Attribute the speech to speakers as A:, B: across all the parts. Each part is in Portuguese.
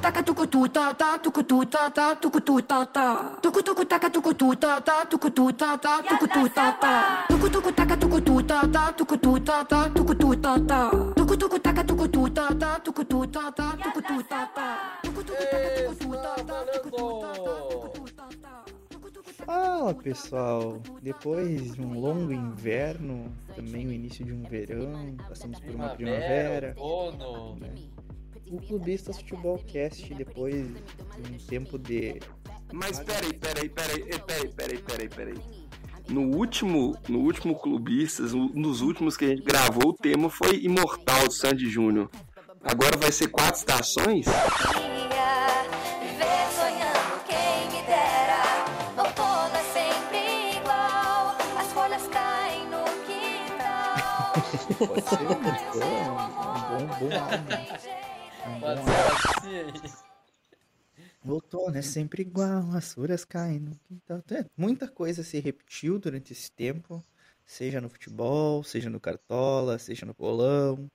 A: taca tucutu tá tá tucutu tá tá tucutu tá tá tucu tucu taca tucutu tá tá tucutu tá tá tucutu tá tá tucu tucu taca tucutu tá tá tucutu tá tá tucutu tá tá tucu tucu taca tucutu tá tá tucutu tá tá tucutu tá tá tucu tucu taca tucutu tá tá tucutu tá tá tucutu tá tá
B: Fala pessoal, depois de um longo inverno, também o início de um verão, passamos por uma primavera.
C: outono.
B: O Clubistas Futebol Cast, depois de um tempo de.
D: Mas peraí, peraí, peraí, eh, peraí, peraí, peraí, peraí. No último, no último Clubistas, no- nos últimos que a gente gravou, o tema foi Imortal do Sandy Júnior. Agora vai ser quatro estações?
E: dia. Viver sonhando, quem me dera. Outono é sempre igual. As folhas caem no quintal.
B: Pode ser um bom, um bom, bom álbum. É um bom
C: Pode
B: álbum.
C: ser assim.
B: Outono é sempre igual, as folhas caem no quintal. É, muita coisa se repetiu durante esse tempo, seja no futebol, seja no cartola, seja no bolão,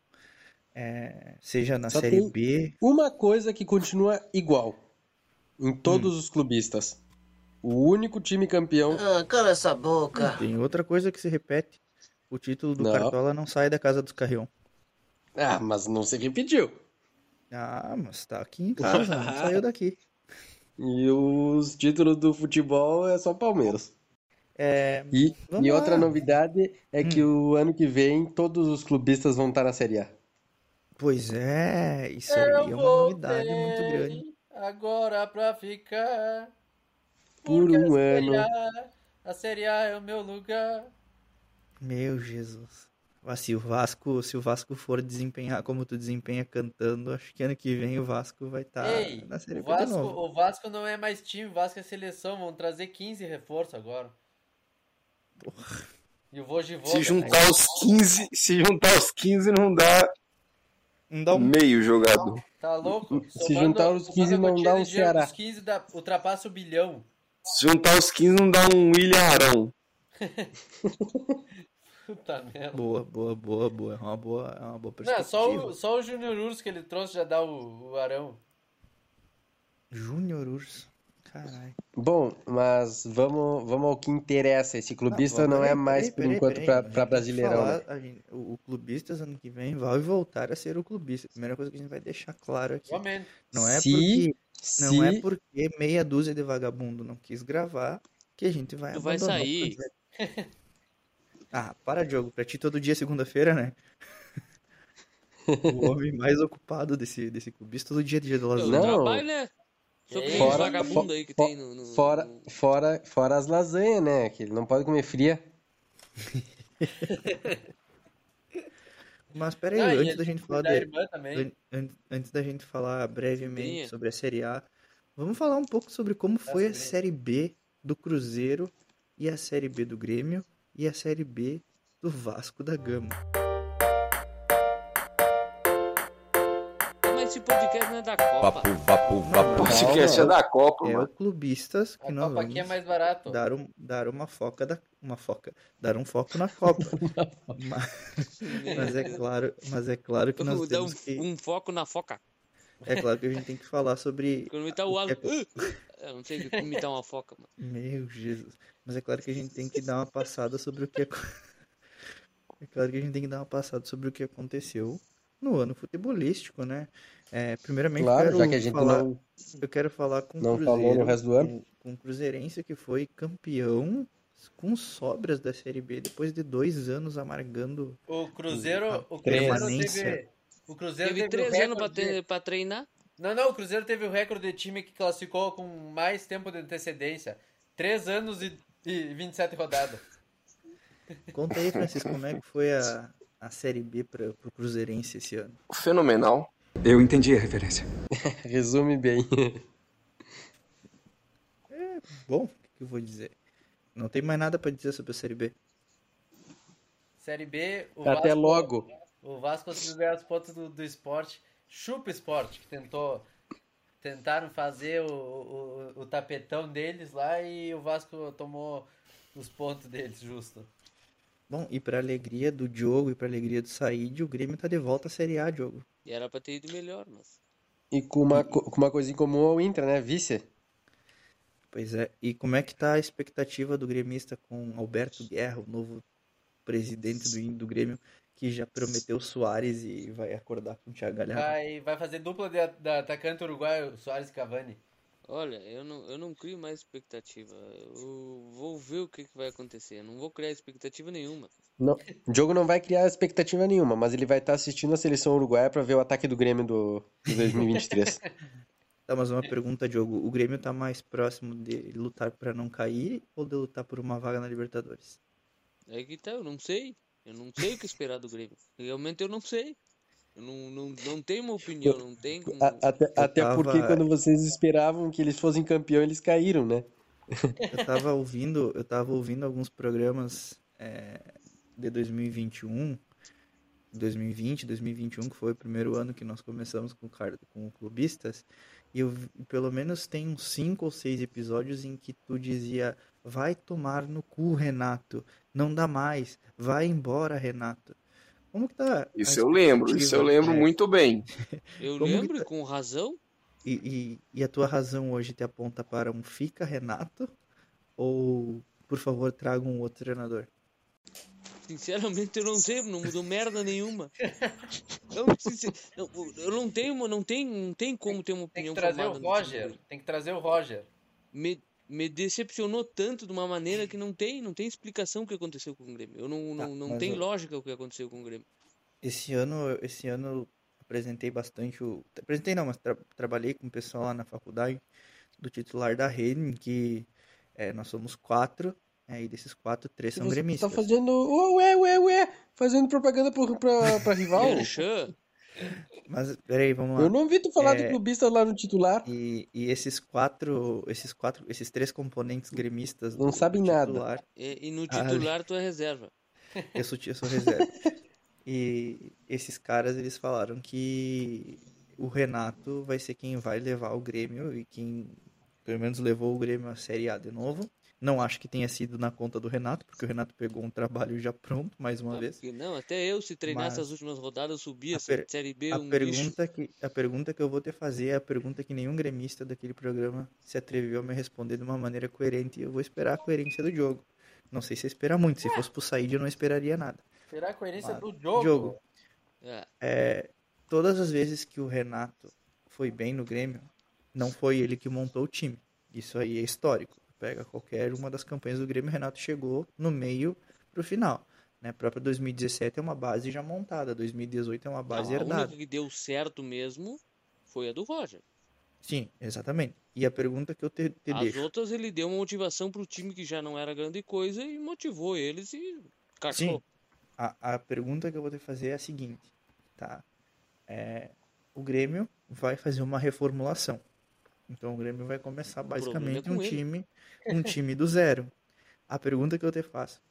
B: é, seja na
F: Só
B: série
F: tem-
B: B.
F: Uma coisa que continua igual em
B: Hum.
F: todos os clubistas. O único time campeão.
G: Ah, cala essa boca.
B: Tem outra coisa que se repete. O título do
F: Não.
B: cartola não sai da casa dos carrião.
F: Ah, mas não se repetiu.
B: Ah, mas tá aqui em casa, não saiu daqui.
F: E os títulos do futebol é só o Palmeiras.
B: É,
F: E,
B: Vamos
F: e
B: lá. Hum.
F: outra novidade é que o ano que vem todos os clubistas vão estar na Série A.
B: pois é, isso aí é
C: Eu
B: uma novidade
C: voltei
B: muito grande.
C: Agora pra ficar.
F: Por
C: porque
F: um
C: a Série
F: ano.
C: A- A Série A é o meu lugar.
B: Meu Jesus. Mas se o Vasco, se o Vasco for desempenhar como tu desempenha cantando, acho que ano que vem o Vasco vai
F: Ah,
B: estar
C: Ei,
B: na Série
C: o
B: B de
C: Vasco,
B: novo.
C: o Vasco não é mais time, o Vasco é seleção. Vão trazer 15 reforços agora. E o Vojivô.
D: Se juntar os 15, se juntar os 15 não dá
B: Não
C: Hum.
B: dá um
D: meio jogador.
C: Tá louco?
F: Se juntar os 15 não dá um Ceará.
C: Os 15 dá- ultrapassa o bilhão.
D: Se juntar os 15 não dá um William Arão.
C: Puta merda.
B: boa, boa, boa, boa. É uma boa, é uma boa
C: Não,
B: perspectiva.
C: só o, só o Júnior Urso que ele trouxe já dá o, o Arão.
B: Júnior Urso. Caralho.
F: Bom, mas vamos, vamos ao que interessa. Esse clubista
B: Ah,
F: não é
B: peraí,
F: mais,
B: peraí,
F: por
B: peraí,
F: enquanto,
B: peraí.
F: pra
B: A gente
F: pra
B: tem que
F: brasileirão. né?
B: falar, a gente- o, o Clubistas ano que vem vai voltar a ser o Clubista. Primeira coisa que a gente vai deixar claro aqui.
C: Realmente.
B: Não é
F: Se-
B: porque, não é
F: Se-
B: porque meia dúzia de vagabundo não quis gravar que a gente vai
H: Tu vai
B: abandonar o
H: sair.
B: projeto. Ah, para, Diogo. Pra ti todo dia é segunda-feira, né? o homem mais ocupado desse, desse clubista todo dia é dia do
H: Eu
B: lasanha.
F: Não.
H: trabalho, né? Sobre
C: Ei,
H: esses
F: fora-
H: vagabundos aí que
F: fo-
H: tem no. no-
F: Fora,
H: no-
F: fora, fora as lasanhas, né? Que ele não pode comer fria.
B: Mas peraí,
C: Ah, e
B: antes
C: a
B: da gente falar
C: Da
B: de,
C: irmã
H: É
C: também.
B: an- an- antes da gente falar brevemente
H: Sobrinha.
B: sobre a Série A, vamos falar um pouco sobre como
H: Tá
B: foi a
C: sobrinha.
B: Série B do Cruzeiro e a Série B do Grêmio e a Série B do Vasco da Gama.
H: Mas esse podcast não é da Copa.
I: Vapo, vapo,
D: O
I: vapo.
D: podcast é da Copa,
B: É o
D: mano.
B: Clubistas que
C: A
B: nós
C: Copa aqui é
B: vamos
C: mais barato.
B: dar, um, dar uma foca da uma foca dar um foco na Copa mas, mas é claro mas é claro que nós
H: Dá um,
B: temos que
H: um foco na foca.
B: é claro que a gente tem que falar sobre
H: Quando imitar o Alan.
B: É-
H: Eu não sei imitar uma foca, mano.
B: meu Jesus mas é claro que a gente tem que dar uma passada sobre o que aco- é claro que a gente tem que dar uma passada sobre o que aconteceu no ano futebolístico né É, primeiramente
F: Claro,
B: quero
F: já que a gente
B: falar
F: não,
B: eu quero falar com o
F: não falou no
B: Cruzeiro
F: resto do ano.
B: com, com o Cruzeirense que foi campeão com sobras da Série B depois de dois anos amargando.
C: O Cruzeiro, o Cruzeiro
B: Permanência.
C: teve. O Cruzeiro
H: Teve
C: o
H: três anos pra,
C: recorde de-
H: tre- pra treinar.
C: Não, não, o Cruzeiro teve o recorde de time que classificou com mais tempo de antecedência. Três anos e, e 27 rodadas.
B: Conta aí, Francisco, como é que foi a, a Série B para pro Cruzeirense esse ano?
D: Fenomenal.
I: Eu entendi a referência.
F: Resume bem.
B: Bom, o que que eu vou dizer? Não tem mais nada para dizer sobre a Série B.
C: Série B, o
F: Tá Até
C: Vasco,
F: logo.
C: O Vasco conseguiu ganhar os pontos do, do esporte. Chupa esporte, que tentou. Tentaram fazer o, o, o tapetão deles lá e o Vasco tomou os pontos deles, justo.
B: Bom, e para alegria do Diogo e para alegria do Said, o Grêmio tá de volta à Série A, Diogo.
H: E era pra ter ido melhor, mas.
F: E com uma, co- com uma coisa em comum ao Inter, né? Vice.
B: Pois é. E como é que tá a expectativa do gremista com Alberto Guerra, o novo presidente do, in- do Grêmio, que já prometeu Soares e vai acordar com o Thiago Galhardo?
C: Vai, vai fazer dupla de, a- da atacante uruguaio, Soares e Cavani.
H: Olha, eu não, eu não crio mais expectativa. Eu vou ver o que, que vai acontecer. Eu não vou criar expectativa nenhuma.
F: Não, o Diogo não vai criar expectativa nenhuma, mas ele vai estar assistindo a seleção uruguaia pra ver o ataque do Grêmio do, de 2023.
B: Tá, mas uma pergunta, Diogo. O Grêmio tá mais próximo de lutar pra não cair ou de lutar por uma vaga na Libertadores?
H: Aí que tá, eu não sei. Eu não sei o que esperar do Grêmio. Realmente eu não sei. Eu não, não, não tenho uma opinião, não tenho como.
F: A- até até
B: tava-
F: porque quando vocês esperavam que eles fossem campeão, eles caíram, né?
B: Eu tava ouvindo, eu tava ouvindo alguns programas é, de 2021, 2020, 2021, que foi o primeiro ano que nós começamos com, o Car- com o Clubistas, e eu vi- pelo menos tem uns cinco ou seis episódios em que tu dizia vai tomar no cu, Renato, não dá mais, vai embora, Renato. Como que tá? a
D: Isso eu lembro, isso eu
B: expectativa?
D: lembro
B: É,
D: muito bem.
H: Eu
B: como que
H: lembro
B: tá?
H: e com razão.
B: E, e, e a tua razão hoje te aponta para um fica, Renato, ou por favor traga um outro treinador?
H: Sinceramente eu não sei, não mudou merda nenhuma. Eu, sincer- eu, eu não tenho, uma- não tem, não tem como ter uma
C: Tem que
H: opinião
C: trazer o
H: formada no time do
C: Roger.
H: Grêmio.
C: Tem que trazer o Roger.
H: Me, me decepcionou tanto de uma maneira que não tem, não tem explicação o que aconteceu com o Grêmio. Eu não, não, não
B: Ah, mas
H: tem
B: eu-
H: lógica o que aconteceu com o Grêmio.
B: Esse ano, eu- esse ano eu apresentei bastante o. Apresentei não, mas tra- trabalhei com o pessoal lá na faculdade do titular da rede, em que é, nós somos quatro, é, e desses quatro, três são
F: Você
B: gremistas.
F: Tá fazendo. Oh, ué, ué, ué! Fazendo propaganda pro, pra, pra rival?
H: Merchan,
B: Mas peraí, vamos lá.
F: Eu não ouvi tu falar
B: É.
F: do clubista lá no titular.
B: E, e esses quatro, esses quatro, esses três componentes gremistas
F: Não
B: do, do
F: sabem nada.
B: titular,
H: e, e no
B: Ah,
H: titular tu é reserva.
B: Eu sou, eu sou reserva. E esses caras, eles falaram que o Renato vai ser quem vai levar o Grêmio e quem, pelo menos, levou o Grêmio à Série A de novo. Não acho que tenha sido na conta do Renato, porque o Renato pegou um trabalho já pronto, mais uma
H: Ah,
B: vez.
H: porque não, até eu, se treinasse
B: Mas
H: as últimas rodadas, eu subia
B: a per-
H: Série B,
B: A
H: um bicho.
B: pergunta que, a pergunta que eu vou te fazer é a pergunta que nenhum gremista daquele programa se atreveu a me responder de uma maneira coerente. E eu vou esperar a coerência do jogo. Não sei se esperar muito. Se fosse pro Said, eu não esperaria nada.
C: Será a coerência
B: Mas-
C: do jogo?
B: Diogo,
H: É,
B: É, todas as vezes que o Renato foi bem no Grêmio, não foi ele que montou o time. Isso aí é histórico. Pega qualquer uma das campanhas do Grêmio, o Renato chegou no meio pro final. Né? A própria 2017 é uma base já montada, 2018 é uma
H: não,
B: base
H: Ah, a
B: herdada.
H: única que deu certo mesmo foi a do Roger.
B: Sim, exatamente. E a pergunta que eu te, te
H: As
B: deixo.
H: outras ele deu uma motivação pro time que já não era grande coisa e motivou eles e
B: Sim.
H: cachou.
B: A, a pergunta que eu vou te fazer é a seguinte, tá? É, o Grêmio vai fazer uma reformulação. Então o Grêmio vai começar
H: problema é
B: basicamente
H: com
B: um
H: ele.
B: time, um time do zero. A pergunta que eu te faço,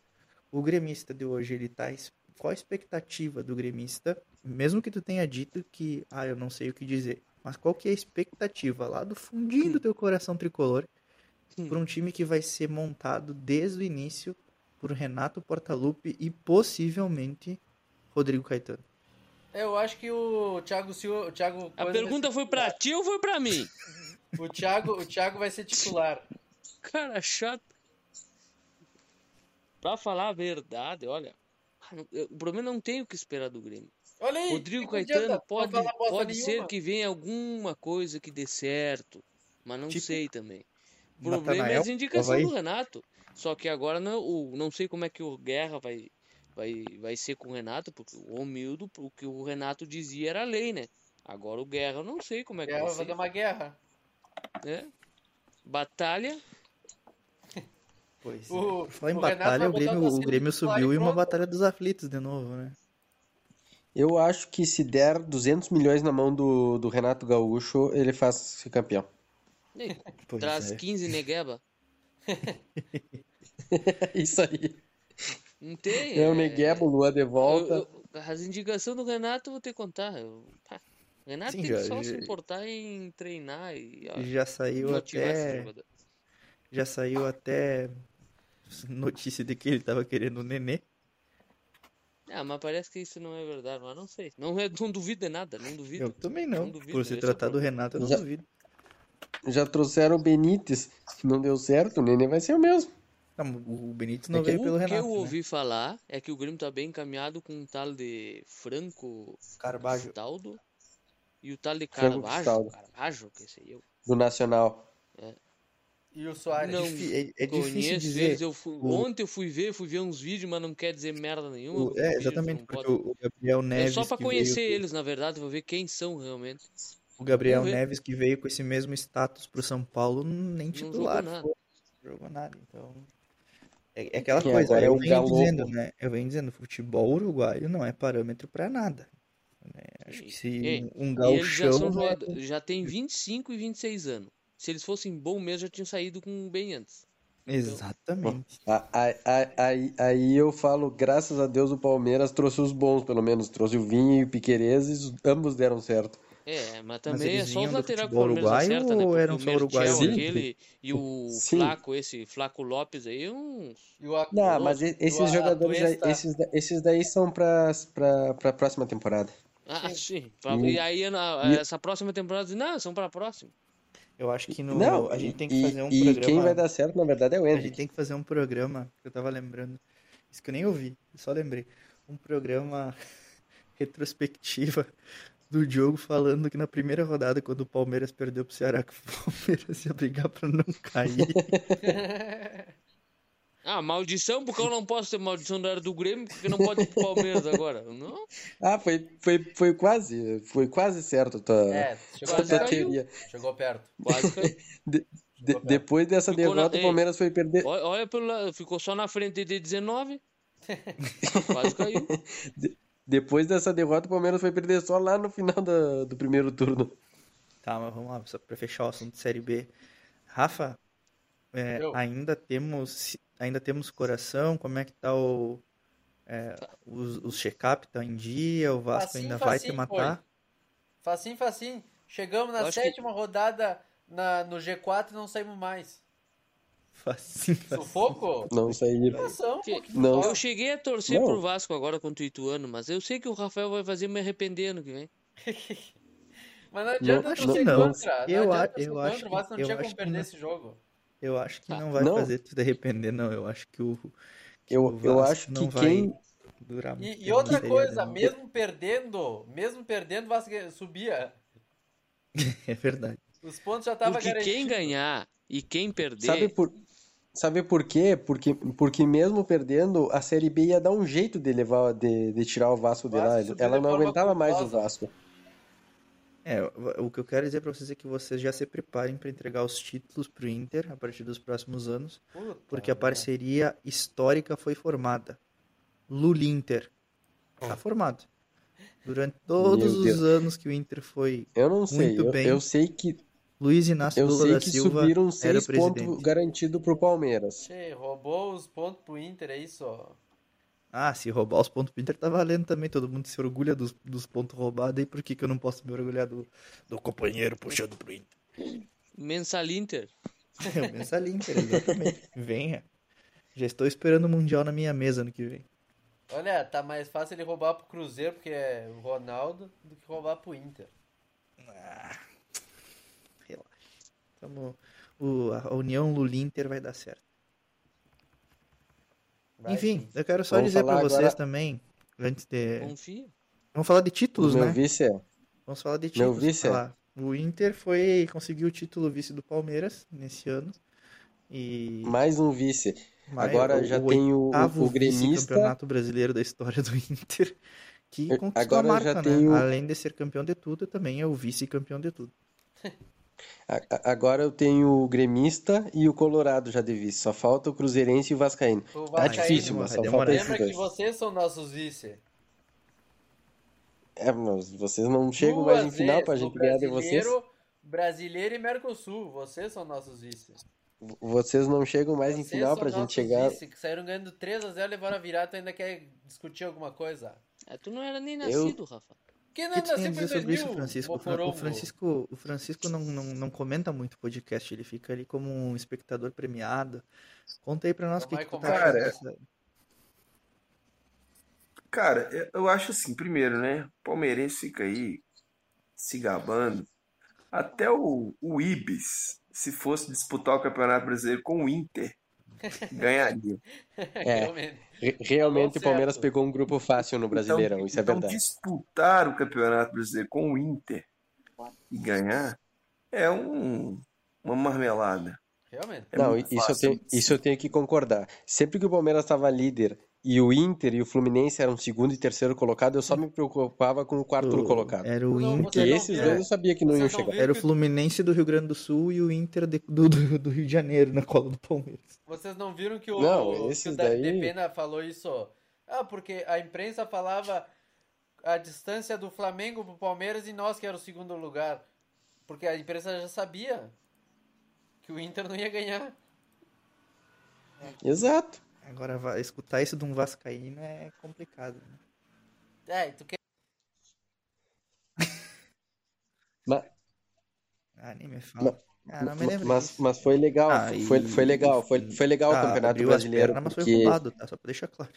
B: o gremista de hoje, ele tá, es- qual a expectativa do gremista? Mesmo que tu tenha dito que, ah, eu não sei o que dizer, mas qual que é a expectativa lá do fundinho do teu coração tricolor
H: Hum.
B: por um time que vai ser montado desde o início por Renato Portaluppi e possivelmente Rodrigo Caetano.
C: Eu acho que o Thiago Silva. O Thiago
H: A
C: Coisa vai
H: pergunta
C: ser
H: foi pra
C: titular.
H: ti ou foi pra mim?
C: O Thiago, o Thiago vai ser titular.
H: Cara chato. Pra falar a verdade, olha. ah, não- eu- O problema é não tem o que esperar do Grêmio.
C: Olha aí.
H: Rodrigo
C: não
H: Caetano
C: adianta, não
H: pode,
C: fala bosta
H: pode ser
C: nenhuma.
H: que venha alguma coisa que dê certo, mas não
B: Tipo,
H: sei também. O problema é
B: Natanael,
H: as indicações
B: Havaí.
H: do Renato. Só que agora não, o, não sei como é que o Guerra vai, vai, vai ser com o Renato, porque o Romildo, o que o Renato dizia era lei, né? Agora o Guerra, eu não sei como é que
C: Guerra,
H: vai
C: vai dar
H: ser.
C: uma guerra.
H: né? Batalha,
B: Pois é.
C: O-
B: Por falar em
C: o Renato
B: batalha,
C: vai
B: o Grêmio,
C: botar o
B: o Grêmio
C: Cassino
B: subiu
C: titular e
B: em uma
C: pronto.
B: batalha dos aflitos de novo, né?
F: Eu acho que se der 200 milhões na mão do, do Renato Gaúcho, ele faz ser campeão.
H: né?
B: Pois
H: traz
B: é.
H: 15 negueba.
F: É isso aí.
H: Não tem.
F: É o
H: é-
F: Negueba, o Luan de volta.
H: Eu- eu- as indicações do Renato eu vou ter que contar. Eu- pá, o Renato
B: Sim,
H: tem que
B: já-
H: só se
B: já-
H: importar em treinar e ó, assim,
B: Já saiu
H: motivar esse
B: até,
H: jogador.
B: já saiu até notícia de que ele tava querendo o Nenê.
H: Ah, mas parece que isso não é verdade, mas não sei. Não, é- não duvido de nada, não duvido.
B: Eu também não.
H: Não duvido,
B: Por se
H: esse
B: tratar
H: é o
B: do Renato, eu não
F: Já-
B: duvido.
F: Já trouxeram o Benítez, que não deu certo, o Nenê vai ser o mesmo.
B: Não, o Benítez não
F: É que
B: veio pelo
H: o que
B: Renato.
H: eu
B: né?
H: ouvi falar é que o Grêmio tá bem encaminhado com um tal de Franco
B: Carvalho.
H: Cristaldo e o tal de
F: Franco
H: Caravaggio.
F: Cristaldo.
H: Caravaggio, que sei eu.
F: Do Nacional.
C: E o Soares.
H: Não.
B: Difí- é, é difícil
H: Conheço
B: dizer.
H: eles, eu fui- Ontem eu fui ver, fui ver uns vídeos, mas não quer dizer merda nenhuma.
B: O-
H: porque
B: é,
H: vídeo tu
B: exatamente,
H: não
B: porque
H: pode-
B: o o Gabriel
H: É
B: Neves.
H: só pra
B: que veio
H: conhecer
B: com-
H: eles, na verdade, pra ver quem são realmente.
B: O Gabriel
H: Vamos ver.
B: Neves que veio com esse mesmo status pro São Paulo, nem
H: jogou
B: titular.
H: nada.
B: foi, Não jogou nada. Então. É, é aquela
F: Que
B: coisa,
F: agora é
B: eu
F: um
B: venho
F: galopo.
B: dizendo, né? Eu venho dizendo, futebol uruguaio não é parâmetro pra nada. né? Acho que se
H: Ei,
B: um um
H: E eles já são
B: gauchão.
H: jogadores- já tem 25 e 26 anos. Se eles fossem bom mesmo, já tinham saído com bem antes.
B: Exatamente.
F: A- a- a- Aí, aí eu falo, graças a Deus o Palmeiras trouxe os bons, pelo menos. Trouxe o Vinha e o Piquerezes, ambos deram certo.
H: É, mas
B: Mas
H: também é
B: eles
H: só os
B: vinham do
H: laterais que o
B: futebol
H: Palmeiras
B: uruguaio
H: acerta, né?
B: ou
H: Porque
B: eram
H: o
B: só
H: Mertiel,
B: uruguaios?
F: Sim.
H: aquele e o
F: Sim.
H: Flaco, esse Flaco Lopes aí, é uns.
C: E o Acosta,
F: Não, mas e-
C: o
F: esses
C: A-
F: jogadores, aí-
C: Atuesta.
F: esses, da- esses daí são pra, pra, pra próxima temporada.
H: Ah, sim.
F: E-
H: E aí, na- é,
F: e-
H: essa próxima temporada, não, são pra próxima.
B: Eu acho que no,
F: Não,
B: a gente tem que
F: e,
B: fazer um
F: e
B: programa.
F: quem vai dar certo, na verdade, é o
B: A gente
F: Henrique.
B: tem que fazer um programa, que eu tava lembrando, isso que eu nem ouvi, eu só lembrei. Um programa retrospectiva do Diogo falando que na primeira rodada, quando o Palmeiras perdeu pro Ceará, que o Palmeiras ia brigar pra não cair.
H: Ah, maldição, porque eu não posso ter maldição da área do Grêmio, porque não pode ir pro Palmeiras agora. Não,
F: Ah, foi, foi, foi quase, foi quase certo a tua,
C: É, chegou
H: Quase
F: tua
C: perto.
H: caiu.
F: teoria.
C: Chegou perto.
H: quase caiu.
F: De- depois dessa
H: Ficou na-
F: derrota,
H: Ei.
F: o Palmeiras foi perder.
H: Olha, olha pelo lado, ficou só na frente de 19. Quase caiu.
F: Depois dessa derrota, o Palmeiras foi perder só lá no final da- do primeiro turno.
B: Tá, mas vamos lá, só pra fechar o assunto de Série B. Rafa, é,
C: Eu.
B: ainda temos ainda temos coração, como é que tá o... é, os, os check-up tá em dia, o Vasco
C: Tá. Facinho,
B: ainda vai
C: facinho,
B: te matar.
C: foi. Facinho, facinho. Chegamos na
H: Eu acho que-
C: sétima rodada na, no G4 e não saímos mais.
B: Facinho, facinho.
C: Sufoco?
F: Não saíram.
C: Noção, pô, que
F: Não.
C: sufoco.
H: Eu cheguei a torcer
F: Não.
H: pro Vasco agora contra o Ituano, mas eu sei que o Rafael vai fazer me arrepender no que vem.
C: Mas não adianta
F: Não,
C: tu
B: acho
C: ser
B: que não.
C: contra.
B: Eu
C: não
B: a-
C: adianta tu ser
B: eu
C: contra,
B: acho
C: o Vasco
B: que-
C: não
B: eu
C: tinha
B: acho
C: como
B: que
C: perder
B: não.
C: esse jogo.
B: Eu acho que
H: Ah,
B: não vai
F: não.
B: fazer tu te arrepender, não. Eu acho que o, que
F: Eu,
B: o
F: eu
B: Vasco
F: acho
B: não
F: que
B: vai
F: quem.
B: durar muito
C: E, e
B: tempo na
C: outra
B: Série A,
C: coisa,
B: não.
C: mesmo perdendo, mesmo perdendo, o Vasco subia.
B: É verdade.
C: Os pontos já estavam
H: Porque quem
C: garantidos.
H: ganhar e quem perder,
F: Sabe por, sabe por quê? Porque, porque mesmo perdendo, a Série B ia dar um jeito de levar, de, de tirar o Vasco de
C: Vasco
F: lá.
C: subiu
F: Ela
C: de
F: não
C: forma
F: aguentava mais o
C: culposa.
F: Vasco.
B: É, o o que eu quero dizer pra vocês é que vocês já se preparem pra entregar os títulos pro Inter a partir dos próximos anos,
C: Puta
B: porque a
C: merda.
B: parceria histórica foi formada. Lulinter. Tá formado. Durante todos
F: Deus.
B: os anos que o Inter foi
F: Eu não sei.
B: Muito
F: Eu,
B: bem.
F: eu sei que,
B: Luiz Inácio
F: eu
B: Lula
F: sei
B: da
F: que
B: Silva
F: subiram
B: era o
F: seis pontos
B: presidente.
F: garantidos pro Palmeiras.
C: Che, roubou os pontos pro Inter, é isso? ó.
B: Ah, se roubar os pontos pro Inter tá valendo também. Todo mundo se orgulha dos, dos pontos roubados. E por que que eu não posso me orgulhar do, do companheiro puxando pro Inter?
H: Mensalinter.
F: É
B: Eu penso ali, Inter, exatamente. Venha. Já estou esperando o Mundial na minha mesa ano que vem.
C: Olha, tá mais fácil ele roubar pro Cruzeiro, porque é o Ronaldo, do que roubar pro Inter.
B: Tamo, o, a união Lulinter vai dar certo.
C: Vai,
B: Enfim, eu quero só
F: Vamos
B: dizer pra
F: falar
B: vocês
F: agora-
B: também, antes de...
H: Confia.
B: Vamos falar de títulos,
F: Meu
B: né?
F: vice é.
B: Vamos falar de
F: Meu
B: títulos.
F: vice é-
B: falar. O Inter foi conseguiu o título vice do Palmeiras nesse ano. E
F: Mais um vice.
B: Mas é
F: Agora já tem o,
B: oitavo
F: o, o gremista.
B: campeonato brasileiro da história do Inter, que
F: Eu-
B: conquistou
F: É, agora
B: a
F: já
B: marca, né?
F: tem o-
B: Além de ser campeão de tudo, também é o vice-campeão de tudo.
F: a- a- Agora eu tenho o gremista e o Colorado já de vice. Só falta o Cruzeirense e o Vascaíno.
C: O
F: Tá
C: Vascaíno,
F: difícil,
B: vai
F: mas só
B: demorar.
F: falta esses
C: Lembra que
F: dois.
C: vocês são nossos vice.
F: É, mas vocês não chegam um mais em
C: Duas
F: final
C: vezes,
F: pra
C: o
F: gente ganhar de vocês.
C: brasileiro- Brasileiro e Mercosul, vocês são nossos vices.
F: Vocês não chegam mais em
C: Vocês
F: final
C: são
F: pra gente
C: nossos
F: chegar.
C: vice, que saíram ganhando 3x0, levaram a virada, tu ainda quer discutir alguma coisa?
H: Ah, tu não era nem
F: Eu-
H: nascido, Rafa.
C: Quem
B: O
C: não
B: que tu tem a
C: nasceu
B: dizer
C: foi
B: sobre isso,
C: 2000,
B: Francisco? O Fra- O
C: Bocorongo.
B: Francisco, o Francisco não, não, não comenta muito o podcast, ele fica ali como um espectador premiado. Conta aí pra nós o que, tá
F: é
C: Tomar
B: que tu tá
C: e comprar.
B: achando dessa-
D: Cara, eu- eu acho assim, primeiro, né? Palmeirense fica aí se gabando. Até o, o Ibis, se fosse disputar o Campeonato Brasileiro com o Inter, ganharia.
C: É,
F: É.
C: Realmente.
F: Re- Realmente
C: Tá
F: o Palmeiras
C: certo.
F: pegou um grupo fácil no Brasileirão,
D: Então,
F: isso é
D: então
F: verdade.
D: disputar o Campeonato Brasileiro com o Inter e ganhar é um, uma marmelada.
C: Realmente.
D: É
F: Não,
D: muito
F: isso eu,
D: fácil.
F: tenho, isso eu tenho que concordar. Sempre que o Palmeiras estava líder e o Inter e o Fluminense eram segundo e terceiro colocado, eu só me preocupava com o quarto
B: O-
F: colocado.
B: Era o
C: Não,
F: E
B: Inter.
C: você não
F: esses
C: viu-
F: dois eu sabia que não
C: você
F: iam
C: não
F: chegar.
C: viu
B: Era o
C: que-
B: Fluminense do Rio Grande do Sul e o Inter de- do, do, do Rio de Janeiro na cola do Palmeiras.
C: Vocês não viram que o,
F: Não,
C: que
F: esses
C: o Davi
F: daí-
C: Pena falou isso? ó? Ah, porque a imprensa falava a distância do Flamengo pro Palmeiras e nós que era o segundo lugar. Porque a imprensa já sabia que o Inter não ia ganhar.
F: Exato.
B: Agora, va- escutar isso de um Vascaíno é complicado. né?
C: É, e tu quer
F: Ma-
B: Ah, nem me fala. Ah, não me lembro
F: Mas,
B: disso.
F: mas foi legal,
B: Ah,
F: foi,
B: e-
F: foi legal, foi, foi legal o
B: Tá,
F: Campeonato
B: abriu as
F: Brasileiro,
B: pernas, mas foi
F: porque,
B: roubado, tá? Só pra deixar claro.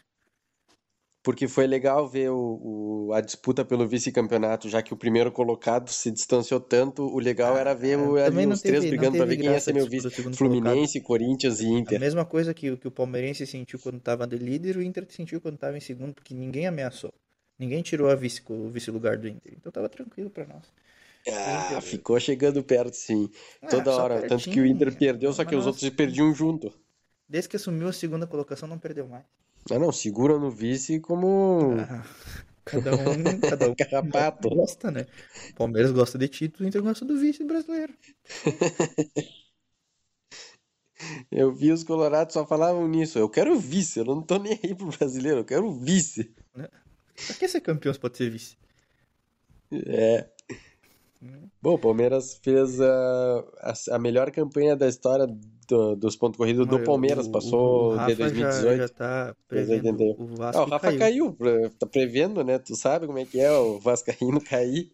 F: porque foi legal ver o, o- a disputa pelo vice-campeonato, já que o primeiro colocado se distanciou tanto, o legal era ver o-
B: Ah,
F: ali
B: também não
F: os três
B: teve- não
F: brigando né, pra
B: teve
F: ver quem ia
B: graça
F: ser
B: a
F: meu vice,
B: disputa do segundo
F: Fluminense, Corinthians e
B: A
F: Inter.
B: mesma coisa que, que o Palmeirense sentiu quando tava de líder, o Inter sentiu quando tava em segundo, porque ninguém ameaçou. Ninguém tirou a vice, o vice-lugar do Inter. Então tava tranquilo pra nós.
F: Ah,
B: Inter-
F: ficou chegando perto, sim.
B: Ah,
F: Toda
B: só
F: hora. Tanto que o Inter
B: pertinho, né?
F: perdeu, só
B: mas é assim.
F: que os
B: nós-
F: outros perdiam junto.
B: Desde que assumiu a segunda colocação, não perdeu mais.
F: Ah, não, segura no vice como.
B: Ah, cada um, cada um
F: Carrapato.
B: gosta, né? O Palmeiras gosta de título, o Inter gosta do vice brasileiro. É.
F: Eu vi os colorados só falavam nisso. Eu quero o vice, eu não tô nem aí pro brasileiro, eu quero o vice.
B: Pra que ser campeão se pode ser vice?
F: É. Bom, o Palmeiras fez a, a, a melhor campanha da história do- dos pontos corridos do
B: Olha,
F: Palmeiras.
B: o-
F: Passou
B: o
F: de
B: Rafa já-
F: 2018.
B: já tá prevendo
F: 2081.
B: o
F: Ah,
B: Vasco
F: o Rafa
B: caiu.
F: caiu, pre- tá prevendo, né? Tu sabe como é que é o Vascaíno cair.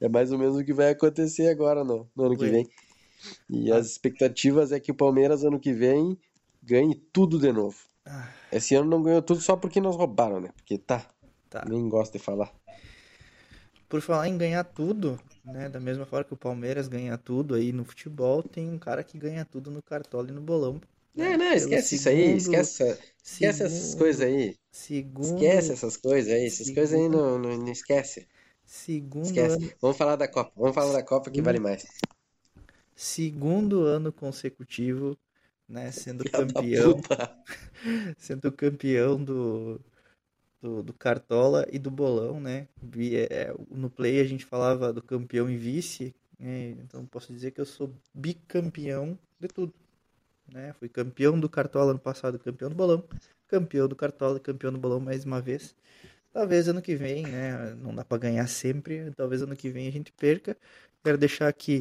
F: É mais ou menos o que vai acontecer agora no, no ano que
B: Ué.
F: vem. E as expectativas é que o Palmeiras ano que vem ganhe tudo de novo.
B: Ah.
F: Esse ano não ganhou tudo só porque nós roubaram, né? Porque tá,
B: Tá.
F: nem gosto de falar.
B: Por falar em ganhar tudo, né? Da mesma forma que o Palmeiras ganha tudo aí no futebol, tem um cara que ganha tudo no cartola e no bolão. né,
F: É, Não, não, esquece isso aí, esquece, essa- esquece essas coisas aí.
B: Segundo,
F: Esquece essas coisas aí, essas coisas aí
B: segundo-
F: não, não, não esquece.
B: segundo
F: Esquece.
B: ano,
F: Vamos falar da Copa, vamos falar da Copa
B: Hum.
F: que vale mais.
B: segundo ano consecutivo, né? Sendo
F: Da
B: campeão,
F: puta.
B: sendo campeão do, do, do cartola e do bolão, né? Vi- é, No play a gente falava do campeão e vice, né? Então posso dizer que eu sou bicampeão de tudo. né? Fui campeão do Cartola ano passado, campeão do Bolão, campeão do Cartola, campeão do Bolão mais uma vez. Talvez ano que vem, né? Não dá pra ganhar sempre, talvez ano que vem a gente perca. Quero deixar aqui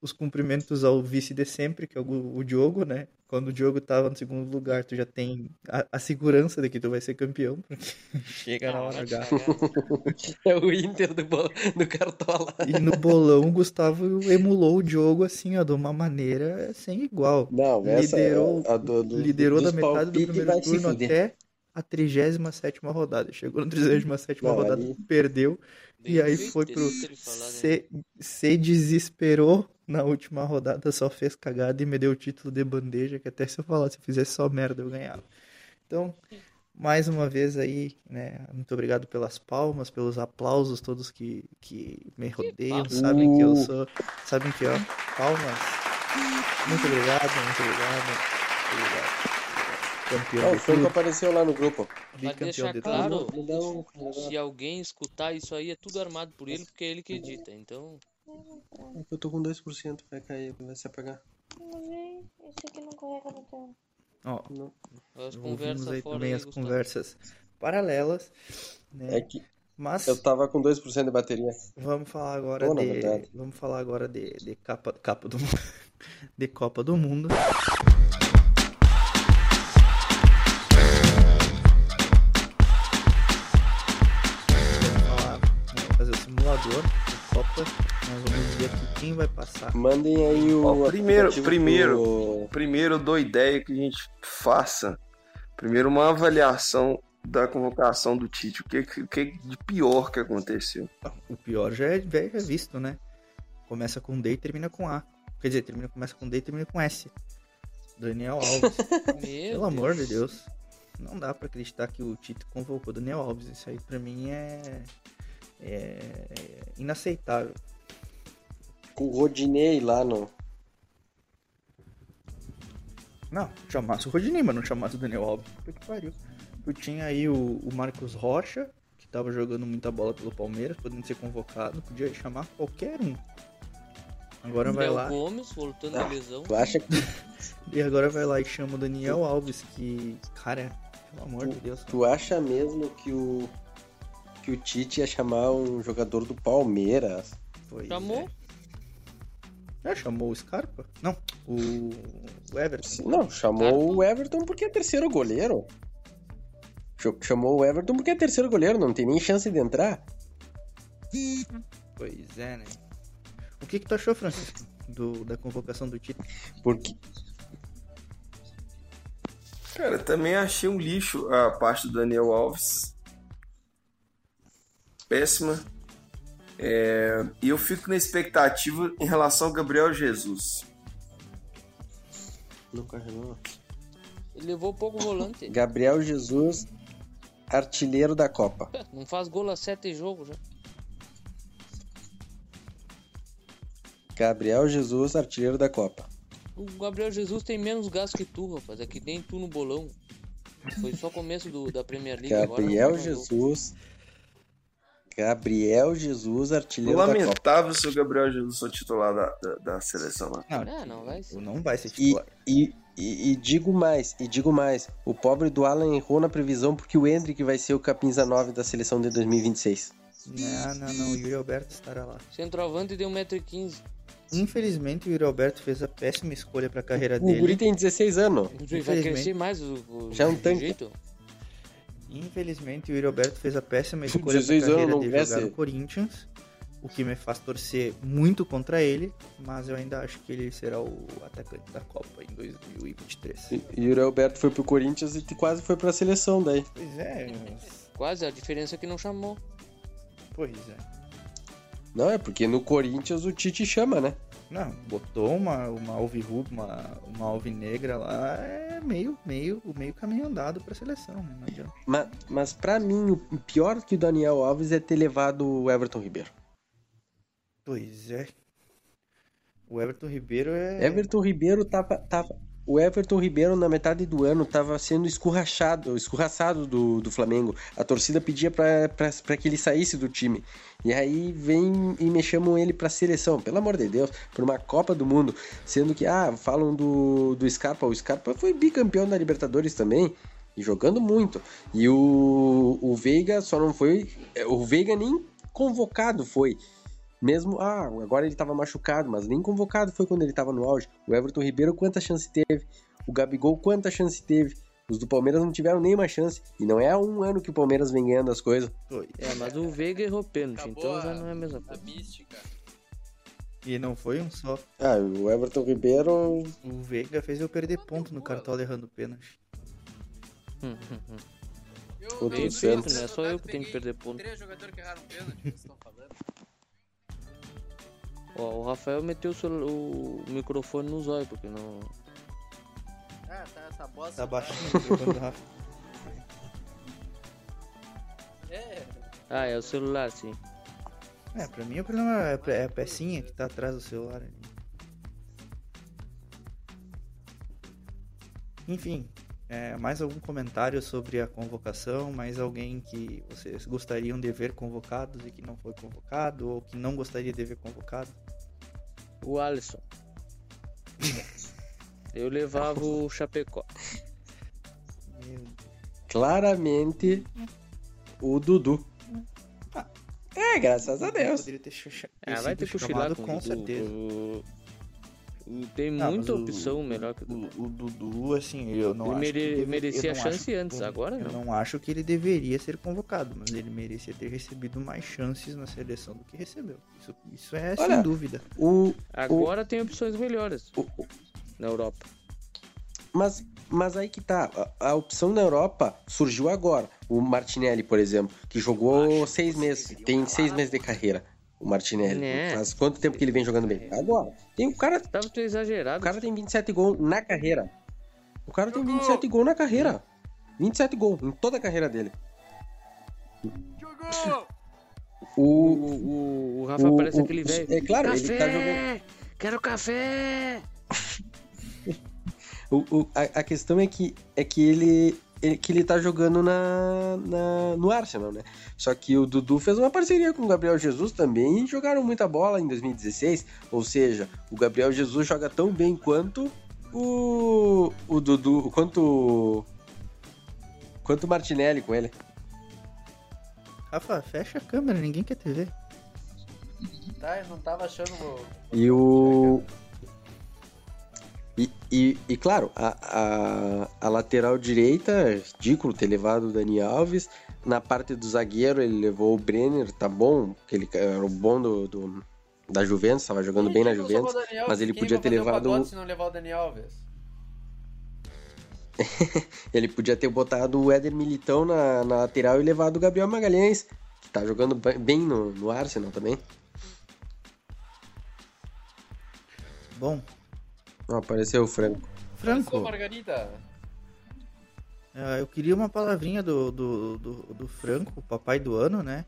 B: os cumprimentos ao vice de sempre, que é o, o Diogo, né? Quando o Diogo tava no segundo lugar, tu já tem a, a segurança de que tu vai ser campeão, porque chega na
C: né?
B: hora H.
F: É o Inter do, bol- do Cartola.
B: E no bolão, o Gustavo emulou o Diogo assim, ó, de uma maneira sem igual.
F: Não, essa é
B: Liderou-
F: a do, do,
B: liderou da
F: dos
B: metade do
F: palpites vai
B: primeiro
F: se
B: turno
F: fuder.
B: até a 37 rodada. Chegou na 37
F: Não,
B: rodada,
F: ali-
B: perdeu e aí
H: Bem
B: foi
H: feito
B: pro
H: ele falar, né?
B: se, se desesperou na última rodada, só fez cagada e me deu o título de bandeja, que até se eu falasse, se eu fizesse só merda, eu ganhava. Então, mais uma vez aí, né, muito obrigado pelas palmas, pelos aplausos, todos que, que me rodeiam,
H: palmas.
B: sabem que eu
F: Uh.
B: sou, sabem que, ó, palmas. Muito obrigado, muito obrigado. Obrigado. Campeão
F: Não,
B: de
F: foi o que
B: tudo.
F: apareceu lá no grupo.
H: Pra
B: bicampeão
H: deixar
B: de tudo.
H: claro,
F: Me dá um-
H: se alguém escutar isso aí, é tudo armado por ele, porque é ele que edita. Então,
F: um. É Eu tô com 2%, vai cair, vai se apagar.
E: Isso aqui não carrega no teu.
B: Ó, ouvimos
H: as conversas
B: aí
H: fora
B: também
H: aí,
B: as
H: Gustavo.
B: conversas paralelas, né?
F: É que
B: Mas
F: eu tava com 2% de bateria.
B: vamos falar agora
F: Tô, na
B: de
F: verdade.
B: vamos falar agora de, de capa capa do mundo, de Copa do Mundo. Vamos falar, né, fazer o simulador da Copa. Nós vamos dizer aqui quem vai passar.
F: Mandem aí o.
D: Ó, primeiro-
F: aplicativo
D: primeiro.
F: do-
D: Primeiro eu dou ideia que a gente faça primeiro uma avaliação da convocação do Tite? O que, que, que de pior que aconteceu?
B: O pior já é, já é visto, né? Começa com D e termina com A. Quer dizer, termina, começa com D e termina com S. Daniel Alves. Pelo amor de Deus. Não dá pra acreditar que o Tite convocou Daniel Alves. Isso aí pra mim é. É. Inaceitável.
F: Com o Rodinei lá no.
B: Não, chamasse o Rodinei, mas não chamasse o Daniel Alves. Puta que pariu. Eu tinha aí o, o Marcos Rocha, que tava jogando muita bola pelo Palmeiras, podendo ser convocado, podia chamar qualquer um. Agora vai
H: Léo
B: lá.
H: Gomes voltando da lesão.
F: Tu acha que
B: E agora vai lá e chama o Daniel Alves, que. Cara, pelo amor de Deus.
F: Tu acha mesmo que o que o Tite ia chamar um jogador do Palmeiras?
B: Foi,
H: Chamou?
B: Já chamou o Scarpa? Não, o, o Everton.
F: Não, chamou o Everton porque é terceiro goleiro. Ch- Chamou o Everton porque é terceiro goleiro, não tem nem chance de entrar.
B: Pois é, né? O que, que tu achou, Francisco, do, da convocação do Tite?
F: Porque
D: Cara, também achei um lixo a parte do Daniel Alves. Péssima. É, E eu fico na expectativa em relação ao Gabriel Jesus.
H: Ele levou pouco volante.
F: Gabriel Jesus, artilheiro da Copa.
H: Não faz gol há sete jogos né? já.
F: Gabriel Jesus, artilheiro da Copa.
H: O Gabriel Jesus tem menos gasto que tu, rapaz. É que nem tu no bolão. Foi só começo do- da Premier League agora. não
F: Gabriel
H: jogou.
F: Jesus. Gabriel Jesus, artilheiro da Copa.
D: Lamentável se o Gabriel Jesus for titular da, da, da seleção lá.
H: Ah, não, vai ser.
B: Não vai ser
F: E,
B: titular.
F: e, e, e digo mais, e digo mais, o pobre do Alan errou na previsão porque o Hendrick vai ser o camisa 9 da seleção de 2026.
B: Não, não, não. O Yuri Alberto estará lá.
H: Centroavante deu 1,15m.
B: Infelizmente, o Yuri Alberto fez a péssima escolha pra carreira
F: O Guri
B: É dele.
F: tem 16 anos.
H: Vai
B: Infelizmente.
H: crescer mais o, o
F: Já é um tanque.
H: jeito.
B: Infelizmente, o Yuri Alberto fez a péssima escolha pra
F: 16 anos,
B: carreira
F: não
B: de
F: cresce.
B: jogar no Corinthians. O que me faz torcer muito contra ele. Mas eu ainda acho que ele será o atacante da Copa em 2023.
F: E o Alberto foi pro Corinthians e quase foi pra seleção daí.
B: Pois é, mas-
H: Quase, a diferença é que não chamou.
B: pois é.
F: Não, é porque no Corinthians o Tite chama, né?
B: Não, botou uma, uma alvirru, uma, uma alvinegra lá, é meio, meio, meio caminho andado pra seleção, né? Não adianta.
F: Mas, mas para mim, o pior que o Daniel Alves é ter levado o Everton Ribeiro.
B: Pois é. O Everton Ribeiro é.
F: Everton Ribeiro tava, tava. O Everton Ribeiro, na metade do ano, tava sendo escorrachado, escorraçado do, do Flamengo. A torcida pedia pra, pra, pra que ele saísse do time. E aí vem e me chamam ele pra seleção, pelo amor de Deus, por uma Copa do Mundo. Sendo que, ah, falam do, do Scarpa. O Scarpa foi bicampeão da Libertadores também. E jogando muito. E o, o Veiga só não foi. eh, O Veiga nem convocado foi. Mesmo, ah, agora ele tava machucado, mas nem convocado foi quando ele tava no auge. O Everton Ribeiro, quanta chance teve? O Gabigol, quanta chance teve? Os do Palmeiras não tiveram nenhuma chance. E não é há um ano que o Palmeiras vem ganhando as coisas.
B: Pois.
H: É, mas o Veiga errou pênalti,
C: Acabou
H: então
C: a-
H: já não é a mesma
C: A
H: coisa.
C: mística.
B: E não foi um só.
F: Ah, o Everton Ribeiro.
B: O Veiga fez eu perder ponto no cartola errando o pênalti.
H: Hum,
C: Eu,
F: Tudo
C: não, no
F: certo.
C: meu
H: Não é só eu que
C: campeonato
H: tenho que
C: peguei
H: perder ponto.
C: Três jogadores que erraram pênalti, vocês estão falando.
H: Ó, o Rafael meteu o, celu- o microfone nos olhos, porque não.
C: Ah, tá, essa bosta.
B: Tá baixinho quando o Rafa.
C: É,
H: Ah, é o celular, sim.
B: É, pra mim o problema é a pe- é a pecinha que tá atrás do celular ali. Enfim, é, mais algum comentário sobre a convocação? Mais alguém que vocês gostariam de ver convocados e que não foi convocado? Ou que não gostaria de ver convocado?
H: O Alisson. Eu levava o Chapecó.
B: Meu
F: Claramente o Dudu. É, graças a Deus.
B: Poderia ter ch- ch-
H: Ah, vai ter
B: sido chamado,
H: cochilado com,
B: com certeza.
H: O... o- Tem
F: Ah,
B: Não, Ah, mas
H: muita
B: o-
H: opção melhor que o Dudu.
B: O, o Dudu, assim, eu não
H: Ele
B: acho
H: mere-
B: que deve-
H: merecia
B: eu não
H: a chance
B: acho-
H: antes,
B: eu-
H: agora
B: eu
H: não.
B: não acho que ele deveria ser convocado, mas ele merecia ter recebido mais chances na seleção do que recebeu. Isso, isso é
F: Olha,
B: sem dúvida.
F: O,
H: Agora tem opções melhores
F: o,
H: na Europa.
F: Mas, mas aí que tá. A, a opção na Europa surgiu agora. O Martinelli, por exemplo, que jogou seis meses, tem seis meses de carreira. O Martinelli.
H: Né?
F: Faz quanto tempo que ele vem jogando bem? Agora, tem o cara,
H: Tava tão
F: o
H: exagerado.
F: cara tem 27 gols na carreira. O cara tem 27 gols na carreira. 27 gols em toda a carreira dele.
H: O,
F: O,
H: o, o Rafa
F: o-
H: parece
F: o-
H: aquele velho.
F: é claro,
H: café!
F: ele tá jogando-
H: Quero café!
F: O- o- a, a questão é que, é que ele, ele- que ele tá jogando na, na- no Arsenal, né? Só que o Dudu fez uma parceria com o Gabriel Jesus também e jogaram muita bola em 2016. Ou seja, o Gabriel Jesus joga tão bem quanto o, o Dudu. Quanto. Quanto o Martinelli com ele.
B: Rafa, fecha a câmera, ninguém quer te ver.
C: Tá, eu não tava achando o.
F: E o. E, e, e, claro, a, a, a lateral direita, ridículo ter levado o Dani Alves. Na parte do zagueiro, ele levou o Brenner, tá bom, que ele era o bom do, do- da Juventus, tava jogando bem na
C: Quem colocou
F: Juventus.
C: o Daniel?
F: mas ele
C: Quem
F: podia
C: vai
F: ter
C: fazer o
F: levado
C: pagode
F: o-
C: Se não levar o Daniel Alves.
F: Ele podia ter botado o Éder Militão na, na lateral e levado o Gabriel Magalhães, que tá jogando ba- bem no, no Arsenal também.
B: Bom,
F: Ó, apareceu o Franco.
C: Ô,
B: Franco,
C: Margarida.
B: ah, eu queria uma palavrinha do, do, do, do Franco, o papai do ano, né?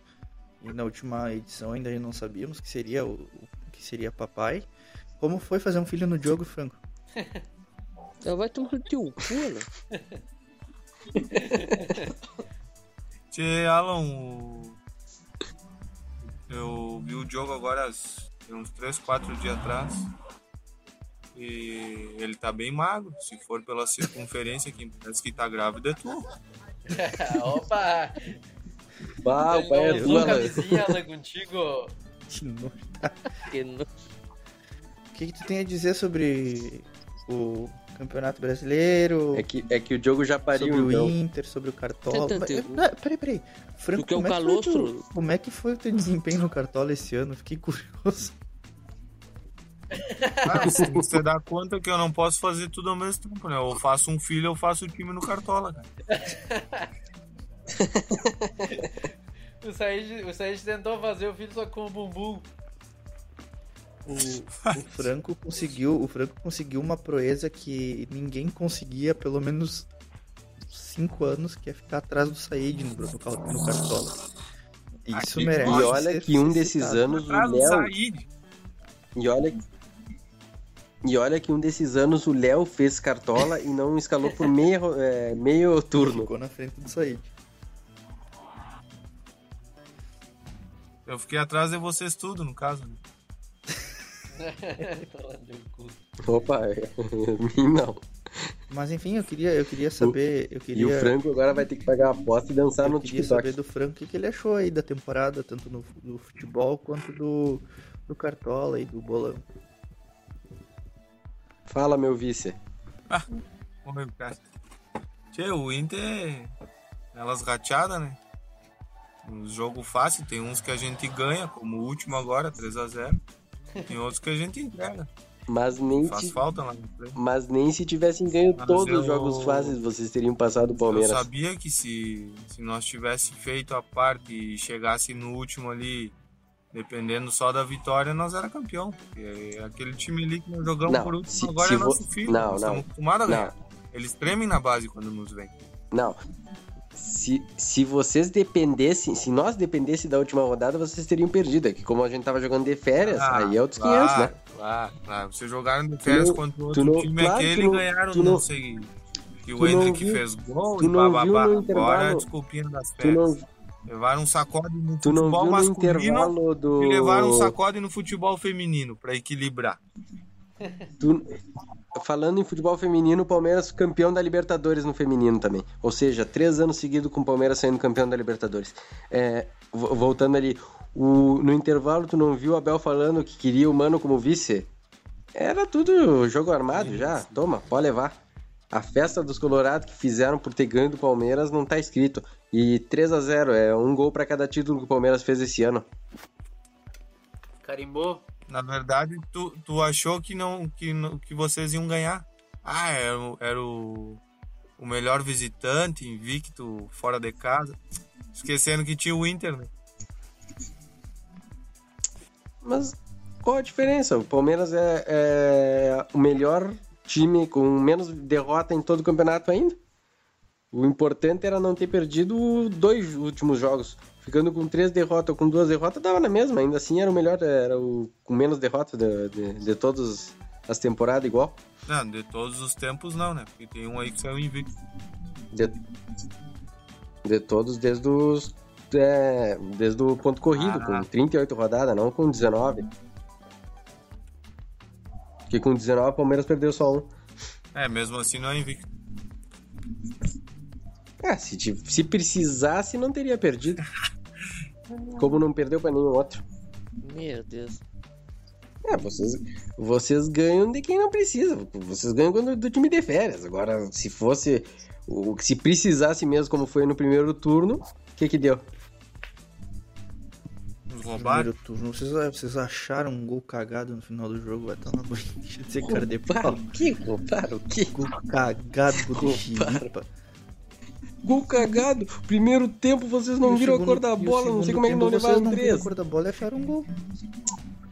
B: E na última edição ainda não sabíamos que seria o o que seria papai. Como foi fazer um filho no Diogo, Franco?
H: Ela vai tomar no teu cu, né?
G: Tchê, Alan, o- eu vi o Diogo agora as- uns 3, 4 dias atrás. E ele tá bem magro. Se for pela circunferência, quem parece que tá grávida é tu.
C: Opa!
F: Bah, o pai é
C: Eu
F: do
C: nunca
F: Alan.
C: vizinha, Alan, é contigo.
B: Que nojo.
H: Porque não-
B: O que, que tu tem a dizer sobre o Campeonato Brasileiro?
F: É que, é que o Diogo já pariu,
B: sobre o
F: então.
B: Inter, sobre o Cartola.
H: Tanto- um
B: Mas, eu- não, Peraí, peraí. Franco,
H: Tu quer o
B: como, é que foi
H: calostro?
B: tu- como é que foi o teu desempenho no Cartola esse ano? Fiquei curioso.
G: Ah, se você dá conta que eu não posso fazer tudo ao mesmo tempo, né? Eu faço um filho, eu faço o time no Cartola, cara.
C: O Said, o Said tentou fazer o filho só com o bumbum.
B: O, o Franco conseguiu, o Franco conseguiu uma proeza que ninguém conseguia há pelo menos cinco anos, que é ficar atrás do Said no, no car- no Cartola. Isso
G: Aqui,
B: merece.
F: E olha
B: ser
F: que um desses
B: citado.
F: anos o
G: Atrás do
F: Léo
G: Said.
F: E olha, e olha que um desses anos o Léo fez cartola e não escalou por meio, é, meio turno.
B: Ficou na frente do Said.
G: Eu fiquei atrás de vocês tudo, no caso. né?
F: Opa, é, mim não.
B: Mas enfim, eu queria, eu queria saber. Eu queria,
F: E o Franco agora vai ter que pagar a aposta e dançar
B: eu
F: Tá no
B: queria
F: TikTok.
B: saber do Franco o que que ele achou aí da temporada, tanto no, fu- do futebol quanto do, do Cartola e do Bolão.
F: Fala, meu vice.
G: Vamos ver, cara. Tchê, o Inter, é elas rateadas, né? Um jogo fácil, tem uns que a gente ganha, como o último agora, 3x0. Tem outros que a gente entrega.
F: Mas nem,
G: Faz
F: se,
G: falta lá na frente.
F: mas nem se tivessem ganho
G: Mas
F: todos os
G: eu-
F: jogos fáceis, vocês teriam passado o
G: Eu
F: Palmeiras.
G: sabia que se, se nós tivesse feito a parte e chegasse no último ali, dependendo só da vitória, nós era campeão. Porque é aquele time ali que nós jogamos
F: Não,
G: por último
F: se-
G: agora
F: se
G: é nosso
F: vo-
G: filho.
F: não,
G: nós
F: não,
G: estamos acostumados a
F: Não,
G: ganhar. Eles tremem na base quando nos vem.
F: não. Se, se vocês dependessem, se nós dependesse da última rodada, vocês teriam perdido. É que como a gente tava jogando de férias,
G: Ah,
F: aí é outros 500, né?
G: Claro, claro, claro. Vocês jogaram de férias
F: não-
G: contra o
F: tu
G: outro
F: não-
G: time
F: claro que
G: aquele
F: não-
G: e ganharam,
F: tu
G: não,
F: não-
G: sei. Que
F: tu
G: o
F: não
G: Hendrick
F: viu-
G: fez gol
F: tu
G: e
F: não
G: bababá.
F: viu no
G: Agora
F: intervalo-
G: a desculpinha das
F: Tu não,
G: férias. Levaram um sacode no
F: tu não
G: é. futebol
F: viu no
G: masculino
F: intervalo do.
G: e levaram um sacode no futebol feminino pra equilibrar.
F: Tu- Falando em futebol feminino, o Palmeiras campeão da Libertadores no feminino também. Ou seja, três anos seguidos com o Palmeiras saindo campeão da Libertadores. É, vo- voltando ali, o- no intervalo tu não viu o Abel falando que queria o Mano como vice? Era tudo jogo armado já. Toma, pode levar. A festa dos Colorados que fizeram por ter ganho do Palmeiras não tá escrito. E 3 a 0 é um gol pra cada título que o Palmeiras fez esse ano.
C: Carimbou.
G: Na verdade, tu, tu achou que, não, que, não- que vocês iam ganhar. Ah, era, é, o- era o, o o melhor visitante, invicto, fora de casa. Esquecendo que tinha o Inter, né?
F: Mas qual a diferença? O Palmeiras é, é o melhor time com menos derrota em todo o campeonato ainda. O importante era não ter perdido dois últimos jogos. Ficando com três derrotas ou com duas derrotas, dava na mesma. Ainda assim era o melhor, era o com menos derrotas de, de, de todas as temporadas igual.
G: Não, de todos os tempos não, né? Porque tem um aí que saiu invicto.
F: De, de todos desde os. é, desde o ponto corrido,
G: Ah.
F: com 38 rodadas, não com 19. Porque com 19 o Palmeiras perdeu só um.
G: É, mesmo assim não é invicto.
F: Ah, se, ti- se precisasse, não teria perdido. Como não perdeu pra nenhum outro.
H: Meu Deus.
F: É, vocês, vocês ganham de quem não precisa. Vocês ganham quando, do time de férias. Agora, se fosse. O, se precisasse mesmo, como foi no primeiro turno, o que que deu?
G: Nos roubaram.
B: Primeiro turno. Vocês, vocês acharam um gol cagado no final do jogo? Vai estar na banha de ser cara de pau.
F: Roubaram o quê? Roubaram o quê?
B: Gol cagado do
F: Roubaram.
B: Chilipa.
F: Gol cagado. Primeiro tempo vocês não viram a cor da bola. Não sei como é que não levaram
B: Vocês não viram a
F: três.
B: cor da bola e acharam um gol.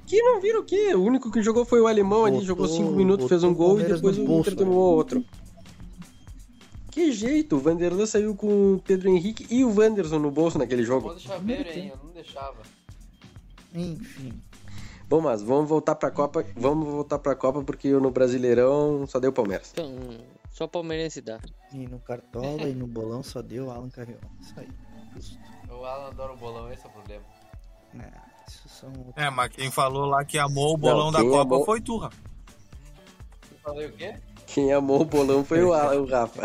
F: Que não viram o quê? O único que jogou foi o alemão ali,
B: Botou-
F: jogou cinco minutos, fez um
B: botou o
F: gol e
B: Palmeiras
F: depois o
B: no bolso, né?
F: Inter tomou outro. Que jeito, o Vanderlan saiu com o Pedro Henrique e o Wanderson no bolso naquele jogo.
C: Pode chaveiro, hein? Eu não deixava.
B: Enfim.
F: Bom, mas vamos voltar pra Copa, vamos voltar pra Copa porque no Brasileirão só deu o Palmeiras.
H: Então, só palmeirense dá.
B: E no Cartola e no Bolão só deu Alan Carrion. Isso aí. Justo.
C: O Alan adora o bolão, esse é o problema.
B: É, isso são
G: É, mas quem falou lá que amou o bolão da
F: quem
G: Copa
F: amou-
G: foi tu, Rafa.
C: Eu falei o quê?
F: Quem amou o bolão foi o, Alan, o Rafa.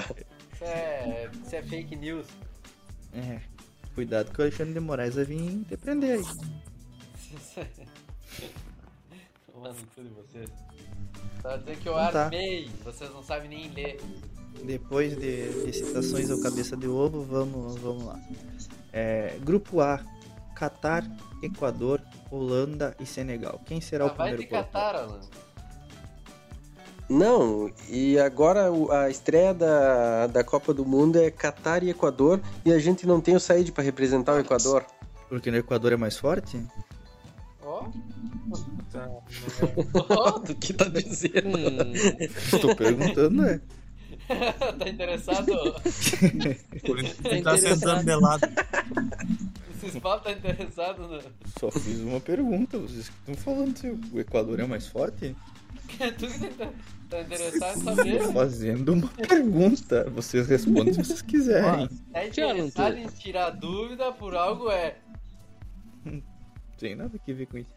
C: Isso é, isso é fake news.
B: É. Cuidado que o Alexandre de Moraes vai vir te prender aí.
C: Mano, tudo em vocês. Tá dizendo que eu
B: Então tá.
C: armei, vocês não sabem nem ler.
B: Depois de, de citações ao cabeça de ovo, vamos, vamos lá. É, grupo A, Catar, Equador, Holanda e Senegal. Quem será
C: Ah,
B: É o
C: vai
B: primeiro
C: te
B: colocado?
C: catar, Alan.
F: Não, e agora o- a estreia da, da Copa do Mundo é Catar e Equador e a gente não tem o Said pra representar o Equador.
B: Porque no Equador é mais forte?
C: Ó,
F: Do que tá dizendo?
H: Hum,
B: Tô perguntando, né?
C: tá interessado?
G: Por isso que
H: Tá
G: tu tá sentando
H: interessado.
G: de lado.
C: Esses papos tá interessado no...
B: Só fiz uma pergunta. Vocês que estão falando se o Equador é mais forte?
C: Tu que tá, tá interessado em saber?
B: Fazendo uma pergunta. Vocês respondem se vocês quiserem.
C: Tá
H: Tchau, Alan,
C: interessado
H: tu.
C: em tirar dúvida por algo é...
B: Não tem nada a ver com isso.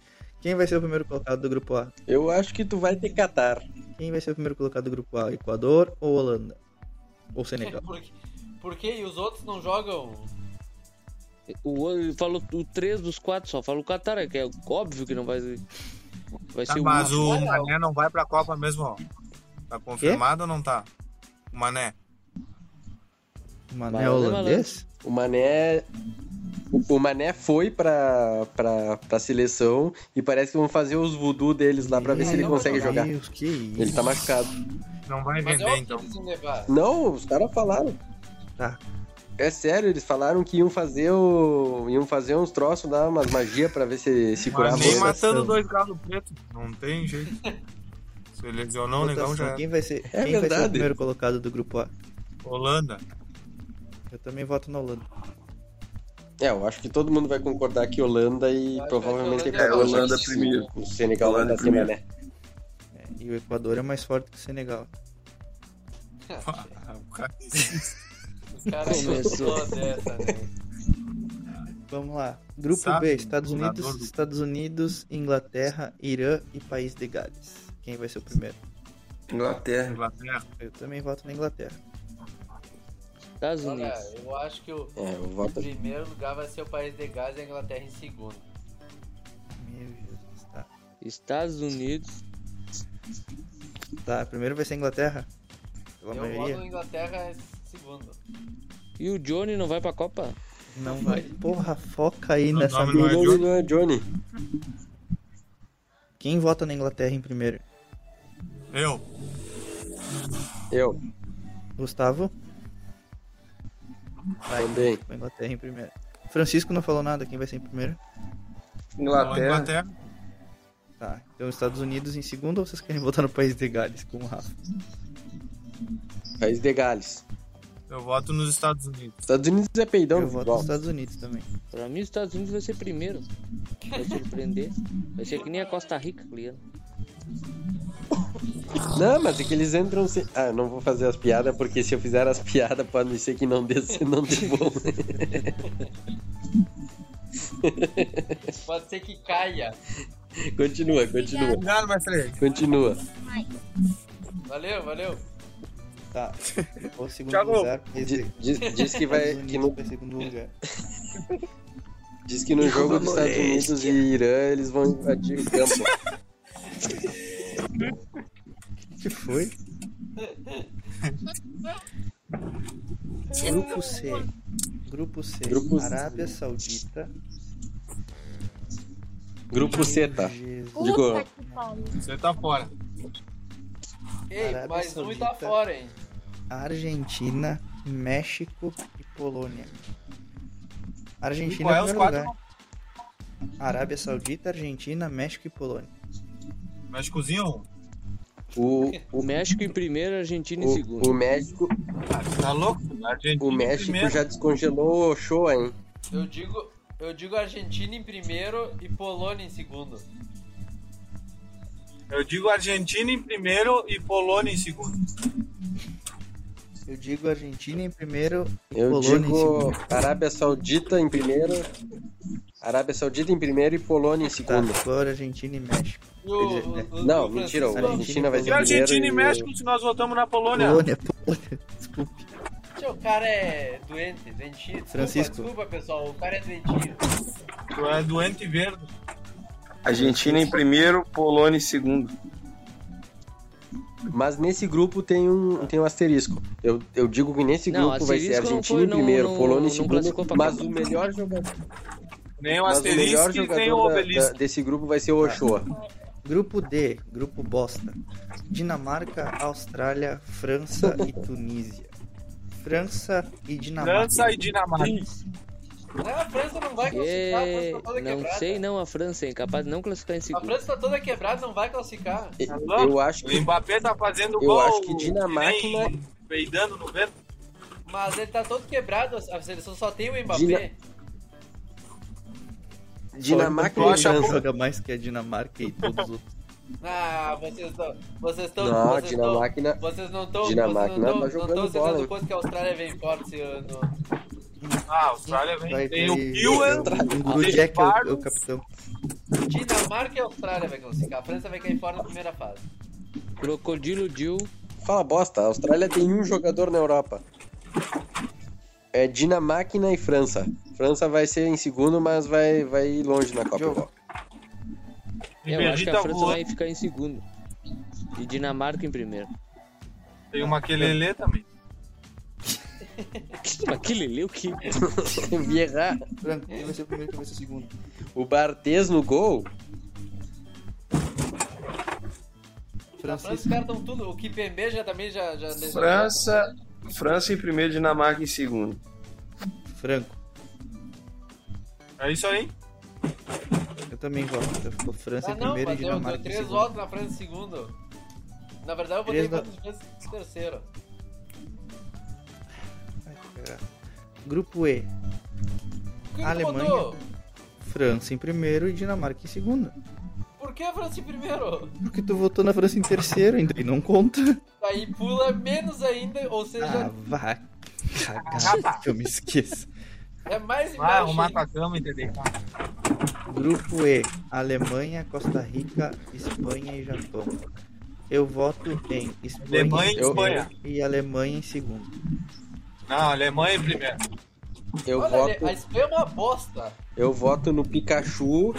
B: Quem vai ser o primeiro colocado do grupo A?
F: Eu acho que tu vai ter Catar.
B: Quem vai ser o primeiro colocado do grupo A? Equador ou Holanda? Ou Senegal?
C: Por, quê? por quê? E os outros não jogam?
H: o outro falou o 3 dos 4 só, fala o Catar, que é óbvio que não vai ser. Vai
G: Tá,
H: ser
G: mas
H: o.
G: o Mané não vai pra Copa mesmo, ó. Tá confirmado ou não tá? O Mané.
B: Mané
H: Mané
B: holandês?
F: O Mané. O Mané foi pra, pra, pra seleção e parece que vão fazer os voodoo deles lá É, pra ver se ele
C: não,
F: consegue
C: não,
F: jogar.
B: Meu Deus, que isso.
F: Ele tá machucado.
G: Não vai
C: Mas
G: vender,
C: é óbvio que
G: então.
C: eles vão levar.
F: Não, os caras falaram.
B: Tá.
F: É sério, eles falaram que iam fazer o. iam fazer uns troços lá, umas magia pra ver se, se curava
G: Mas tá
B: a
G: nem
F: ele.
B: votação.
G: matando dois galos pretos. Não tem jeito. Se lesionou, o é um negão já.
B: Votação,
G: era.
B: quem vai ser,
F: É
B: quem vai ser o
F: verdade.
B: primeiro colocado do grupo A?
G: Holanda.
B: Eu também voto na Holanda.
F: É, eu acho que todo mundo vai concordar que Holanda e
C: Vai,
F: provavelmente
C: vai, vai,
F: Equador.
D: Holanda é
F: vai ser
D: primeiro.
F: O Senegal né?
D: Holanda
F: vai ser
D: primeiro.
F: Mané.
B: É, E o Equador é mais forte que o Senegal.
G: É O cara-
C: Os caras
H: Começou.
C: gostou dessa, né?
B: Vamos lá. Grupo
G: Sabe,
B: B, Estados Unidos,
G: nadador do-
B: Estados Unidos, Inglaterra, Irã e País de Gales. Quem vai ser o primeiro?
D: Inglaterra.
G: Inglaterra.
B: Eu também voto na Inglaterra.
H: Estados
C: Olha,
H: Unidos.
C: eu acho que o
F: É, eu voto.
C: primeiro lugar vai ser o país de Gales e a Inglaterra em segundo.
B: Meu Deus, tá.
H: Estados Unidos.
B: Tá, primeiro vai ser a Inglaterra. Pela
C: eu
B: maioria.
C: voto na Inglaterra em segundo.
H: E o Johnny não vai pra Copa?
B: Não vai. Porra, foca aí
G: Meu
B: nessa
G: nome
F: O
G: não é
B: merda.
F: nome não é Johnny.
B: Quem vota na Inglaterra em primeiro?
G: Eu.
F: Eu.
B: Gustavo? Vai,
F: Também.
B: vai Inglaterra em primeiro. Francisco não falou nada, quem vai ser em primeiro?
G: Então, a
D: Inglaterra.
G: Inglaterra.
B: Tá, então Estados Unidos em segundo ou vocês querem voltar no País de Gales com o Rafa?
F: País de Gales.
G: Eu voto nos Estados Unidos.
F: Estados Unidos é peidão
B: Eu
F: no
B: voto nos
F: futebol.
B: Estados Unidos também.
H: Pra mim, os Estados Unidos vai ser primeiro. Vai surpreender. Vai ser que nem a Costa Rica, tá Cleano.
F: Não, mas é que eles entram sem... Ah, eu não vou fazer as piadas, porque se eu fizer as piadas, pode ser que não dê, não dê bom.
C: Pode ser que caia.
F: continua, continua,
G: Obrigado, mestre.
F: continua.
C: Valeu, valeu.
B: Tá, o segundo
G: Thiago,
B: lugar. País de-
F: Di- Diz, diz que
B: Estados
F: vai...
B: Unidos
F: Que no,
B: vai segundo lugar.
F: diz que no jogo dos Estados Unidos e Irã, eles vão invadir o campo.
B: que foi? Grupo C. Grupo C.
F: Grupo C.
B: Arábia Saudita.
F: Grupo C, tá?
B: Jesus.
F: Digo,
E: Puta que pariu.
G: Você tá fora.
C: Ei,
B: Arábia
C: mais um e tá
B: Saudita.
C: fora, hein?
B: Argentina, México e Polônia.
G: E
B: Argentina
G: qual é
B: em
G: os
B: primeiro
G: quatro?
B: lugar. Arábia Saudita, Argentina, México e Polônia.
G: Méxicozinho?
F: o,
H: O México em primeiro, a Argentina em segundo.
F: o, o México,
G: Ah, tu tá louco? Argentina
F: o
G: em
F: México
G: primeiro.
F: já descongelou o show, hein?
C: Eu digo, eu digo Argentina em primeiro e Polônia em segundo.
G: Eu digo Argentina em primeiro e Polônia em segundo.
B: Eu digo Argentina em primeiro e
F: Eu
B: Polônia em
F: digo
B: segundo.
F: Arábia Saudita em primeiro. Arábia Saudita em primeiro e Polônia em
B: Tá,
F: segundo.
B: fora Argentina e México.
C: E o-
B: Quer dizer, né?
C: o- o-
F: Não,
C: o
F: mentira, a
C: Francisco-
F: Argentina vai
G: E
F: ser primeiro.
G: Argentina e México se nós votamos na Polônia?
B: Polônia, Polônia. Desculpa.
C: Tio, O cara é doente, doentio. Desculpa,
B: Francisco.
C: Desculpa, pessoal, o cara é doentio.
G: Tu é doente verde.
D: Argentina em primeiro, Polônia em segundo.
F: Mas nesse grupo tem um, tem um asterisco. Eu, eu digo que nesse
H: Não,
F: grupo vai ser
H: asterisco não
F: Argentina
H: foi,
F: em
H: não-
F: primeiro,
H: não-
F: Polônia
H: não
F: em
H: classificou
F: segundo.
H: pra
F: Mas
H: Copa.
F: o melhor jogador,
G: Nem o
F: mas o melhor
G: asterisco e nem
F: jogador
G: o
F: da- da-
G: obelisco.
F: desse grupo vai ser o Ochoa.
B: Grupo D, grupo bosta. Dinamarca, Austrália, França e Tunísia. França e Dinamarca.
G: França e Dinamarca.
C: Não, a França não vai classificar, a França
H: É,
C: tá toda
H: não
C: quebrada.
H: sei, não. A França é incapaz de não classificar em
C: A
H: segundo.
C: França tá toda quebrada, não vai classificar.
F: E-
G: Tá louco?
F: Eu acho
G: O
F: que
G: Mbappé tá fazendo
F: Eu
G: gol.
F: acho que Dinamarca- né?
G: que nem Peidando no vento.
C: Mas ele tá todo quebrado, a seleção só tem o Mbappé.
F: Dinamarca
G: Eu
F: e
G: acho a
B: França
F: França.
B: joga mais que a Dinamarca e todos os outros.
C: Ah, vocês estão. Vocês estão.
F: Não,
C: vocês tão-
F: Dinamarca
G: Então,
F: e
C: Vocês não estão.
F: Dinamarca
C: Vocês não
F: não tá
C: estão
F: jogando bola,
C: sentindo
F: hein?
C: quanto que a Austrália vem forte no.
G: Ah, a Austrália vem.
B: Vai
G: tem
B: ter-
G: o Kiwan.
B: O
G: tem
B: Jack é o, é
G: Barnes.
B: o capitão.
C: Dinamarca e Austrália vai classificar. A França vai cair fora na primeira fase.
H: Crocodilo Dil.
F: Fala bosta, a Austrália tem um jogador na Europa. É Dinamarca e França. França vai ser em segundo, mas vai, vai ir longe na Copa.
B: Diogo.
H: Eu acho
G: Perdi,
H: que
G: tá
H: a França
G: voando.
H: vai ficar em segundo. E Dinamarca em primeiro.
G: Tem uma Quelele também.
H: Mas que lelê o que?
F: Eu vi errar.
B: Franco, quem vai ser É, o primeiro, quem vai ser o segundo?
F: O Bartes no gol?
C: A França os
B: Francisco.
C: caras estão tudo. O Kipembe já também já. já
D: França, França em primeiro, Dinamarca em segundo.
B: Franco.
G: É isso aí.
B: Eu também voto. Eu fico França
C: Ah,
B: em
C: não,
B: primeiro e
C: mas eu
B: Dinamarca
C: deu
B: em
C: três
B: segundo.
C: votos na França em segundo. Na verdade, eu botei
B: Três
C: votos na França em terceiro.
B: Ai, caralho. Grupo E.
C: Por que que
B: Alemanha.
C: botou?
B: França em primeiro e Dinamarca em segundo.
C: Por que a França em primeiro?
B: Porque tu votou na França em terceiro, ainda e não conta.
C: Aí pula menos ainda, ou
B: Ah,
C: seja,
B: vá. Cagada que eu me esqueço. Ah.
C: é mais
G: Vai
C: embaixo.
G: Ah, arrumar pra cama, entendeu?
B: Grupo E, Alemanha, Costa Rica, Espanha e Japão. Eu voto em Espanha,
G: Alemanha e
B: em primeiro
G: Espanha.
B: e Alemanha em segundo.
G: Não, Alemanha em primeiro.
F: Eu,
C: Olha,
F: voto,
C: a Espanha é uma bosta.
F: eu voto no Pikachu.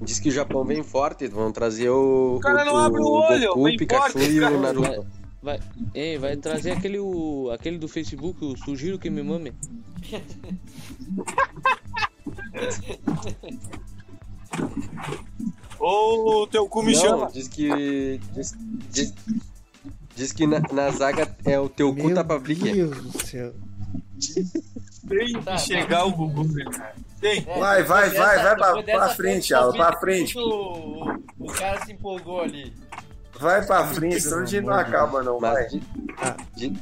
F: Diz que o Japão vem forte, vão trazer o.
G: O cara não abre o olho,
F: Goku,
G: vem
F: o Pikachu
G: forte,
F: e
G: cara.
F: o Naruto.
H: Vai, ei, vai trazer aquele, o, aquele do Facebook, o Sugiro que me mame.
G: Ou o teu cu me
F: não,
G: chama.
F: diz que. Diz, diz, Diz que na, na zaga é o teu cu
B: Meu
F: tapa briga.
B: Deus do céu.
G: Tem
C: Tá,
G: que chegar o Gugu, né, cara? Tem.
C: É,
I: Vai, vai,
C: depois
I: vai, vai pra-
C: depois
I: pra frente, Alan, pra
C: conquista,
I: frente.
C: O, o cara se empolgou ali.
I: Vai pra frente, senão a gente não acaba, não. Vai.
F: Mas di- ah, di-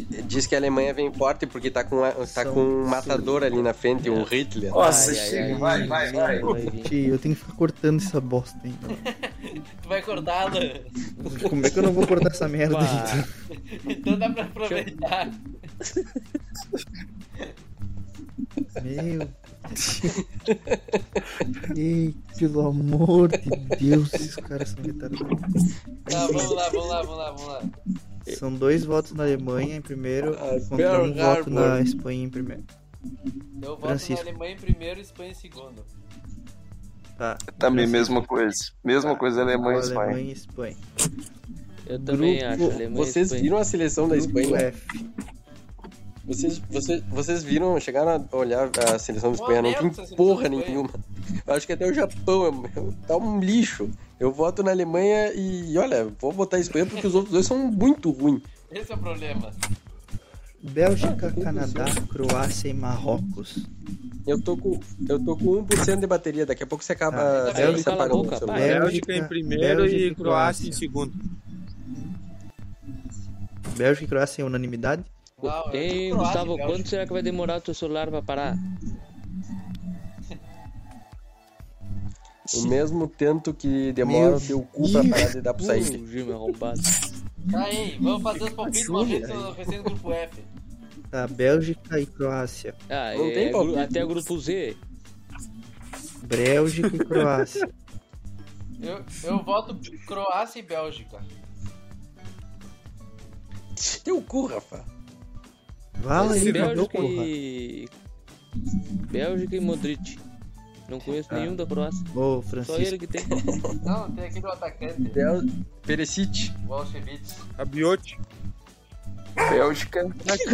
F: di- diz que a Alemanha vem forte porque tá com, a- tá
B: São
F: com um
B: absurdos.
F: matador ali na frente,
H: É.
F: um Hitler.
I: Nossa,
H: Ai, ai,
I: chega,
H: ai.
I: vai, vai, vai.
B: Gente, eu tenho que ficar cortando essa bosta ainda.
C: Tu vai cortar, Alan.
B: Como é que eu não vou cortar essa merda
H: Bah.
B: ainda?
C: Então dá pra aproveitar.
B: Meu Deus. Ei, pelo amor de Deus, esses caras são retardados.
C: Tá, vamos lá, vamos lá, vamos lá, vamos lá.
B: São dois votos na Alemanha em primeiro
F: Ah,
B: contra um
F: Pearl
B: voto na
F: Harbor.
B: Espanha em primeiro.
C: Eu voto
B: Francisco.
C: na Alemanha em primeiro e Espanha em segundo.
B: Tá.
D: Também,
B: Francisco,
D: mesma coisa. Mesma coisa, Alemanha e Espanha.
B: Alemanha e Espanha.
H: Eu também
F: Grupo-
H: acho. a Alemanha
F: vocês
H: Espanha.
F: viram a seleção da
B: Grupo
F: Espanha?
B: F.
F: Vocês, vocês, vocês viram, chegaram a olhar a seleção da
C: Uma
F: Espanha? Não
C: merda
F: tem
C: essa seleção
F: porra
C: da Espanha.
F: nenhuma. Eu acho que até o Japão é, é- tá um lixo. Eu voto na Alemanha e, olha, vou botar a Espanha porque os outros dois são muito ruins.
C: Esse é o problema.
B: Bélgica, Canadá, Croácia e Marrocos.
F: Eu tô com, eu tô com 1% de bateria, daqui a pouco você acaba.
B: Ah,
F: você
H: Bélgica,
F: apaga
H: cala a
F: o
H: boca,
F: celular.
H: vai.
G: Bélgica em primeiro
B: Bélgica
G: e Croácia em segundo.
B: Bélgica e Croácia em unanimidade?
C: Não, eu tô
H: Ei,
C: Tá, tipo Croácia,
H: Gustavo,
C: Bélgica.
H: quanto será que vai demorar o teu celular pra parar?
F: O mesmo tanto que demora o teu cu pra parar de dar pro sair.
H: Uh, Gil, arrombado.
C: Tá, hein? Vamos fazer os palpites uma vez no recém do grupo F.
B: Tá, Bélgica e Croácia.
H: Ah,
F: Não
H: é,
F: tem
H: gru-
F: palpite.
H: até o grupo Z.
B: Bélgica e Croácia.
C: Eu, eu voto Croácia e Bélgica.
F: Teu cu, Rafa.
B: Vala aí, meu
H: Bélgica
B: porra.
H: e. Bélgica e Modric. Não conheço
F: Ah.
H: nenhum da Croácia.
B: Ô,
H: Só
B: Francisco.
H: ele que tem.
C: Não, tem aquele atacante,
F: Bel... Perisic.
C: o Alchevich.
G: A Biote.
D: Bélgica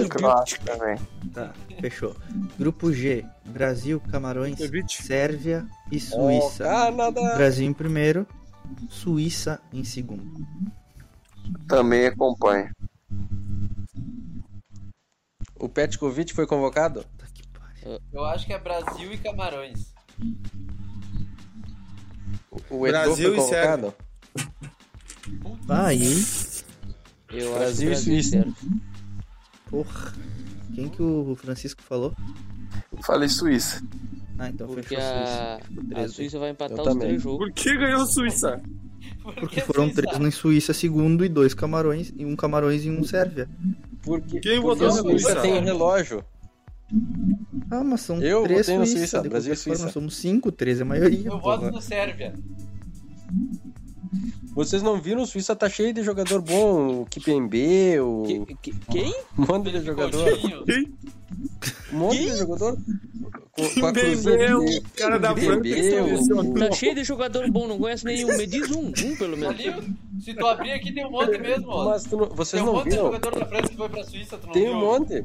D: e Croácia também.
B: Tá, fechou. Grupo G. Brasil, Camarões, Sérvia e
F: Oh,
B: Suíça.
F: Canadá.
B: Brasil em primeiro, Suíça em segundo.
D: Também acompanha.
F: O Petkovic foi convocado?
B: Tá que pariu.
C: Eu acho que é Brasil e Camarões.
F: O Edu
G: Brasil
F: foi
G: e
F: convocado?
B: Vai, hein?
H: Eu acho
F: Brasil e
H: Brasil é
F: Suíça.
H: certo.
B: Porra. Quem que o Francisco falou?
D: Falei Suíça.
B: Ah, então
H: Porque
B: fechou Suíça.
H: a... a
B: Três,
H: Suíça vai empatar
F: Eu
H: os
F: também.
H: três jogos.
G: Por que ganhou Suíça?
B: Porque
H: é
B: foram três na Suíça segundo e dois Camarões, e um Camarões e um Sérvia.
F: Porque, porque
G: Quem votou
F: a
G: na
F: Suíça
G: Suíça?
F: tem relógio.
B: Ah, mas são
F: Eu
B: três
F: votei na
B: Suíça.
F: Suíça,
B: de
F: Brasil e
B: qualquer forma,
F: Suíça.
B: somos cinco, três é a maioria.
C: Eu
B: porra.
C: voto no Sérvia.
F: Vocês não viram? Suíça tá cheio de jogador bom. O Kipembe, o...
H: Que- que- Quem?
F: um monte de jogador.
C: Coutinho.
F: Um monte de jogador. Com, com a
G: Bebeu,
F: cruzeira.
G: o cara da
F: Bebeu,
G: França que selecionou.
H: Tá cheio de jogador bom, não conhece nenhum. Me diz um, um pelo menos.
C: Ali, se tu abrir aqui, tem um monte mesmo, ó.
F: É. Mas tu não- vocês
C: tem um
F: não
C: monte de
F: viram?
C: jogador da França que foi pra Suíça, tu não
F: Tem
C: viu?
F: um monte.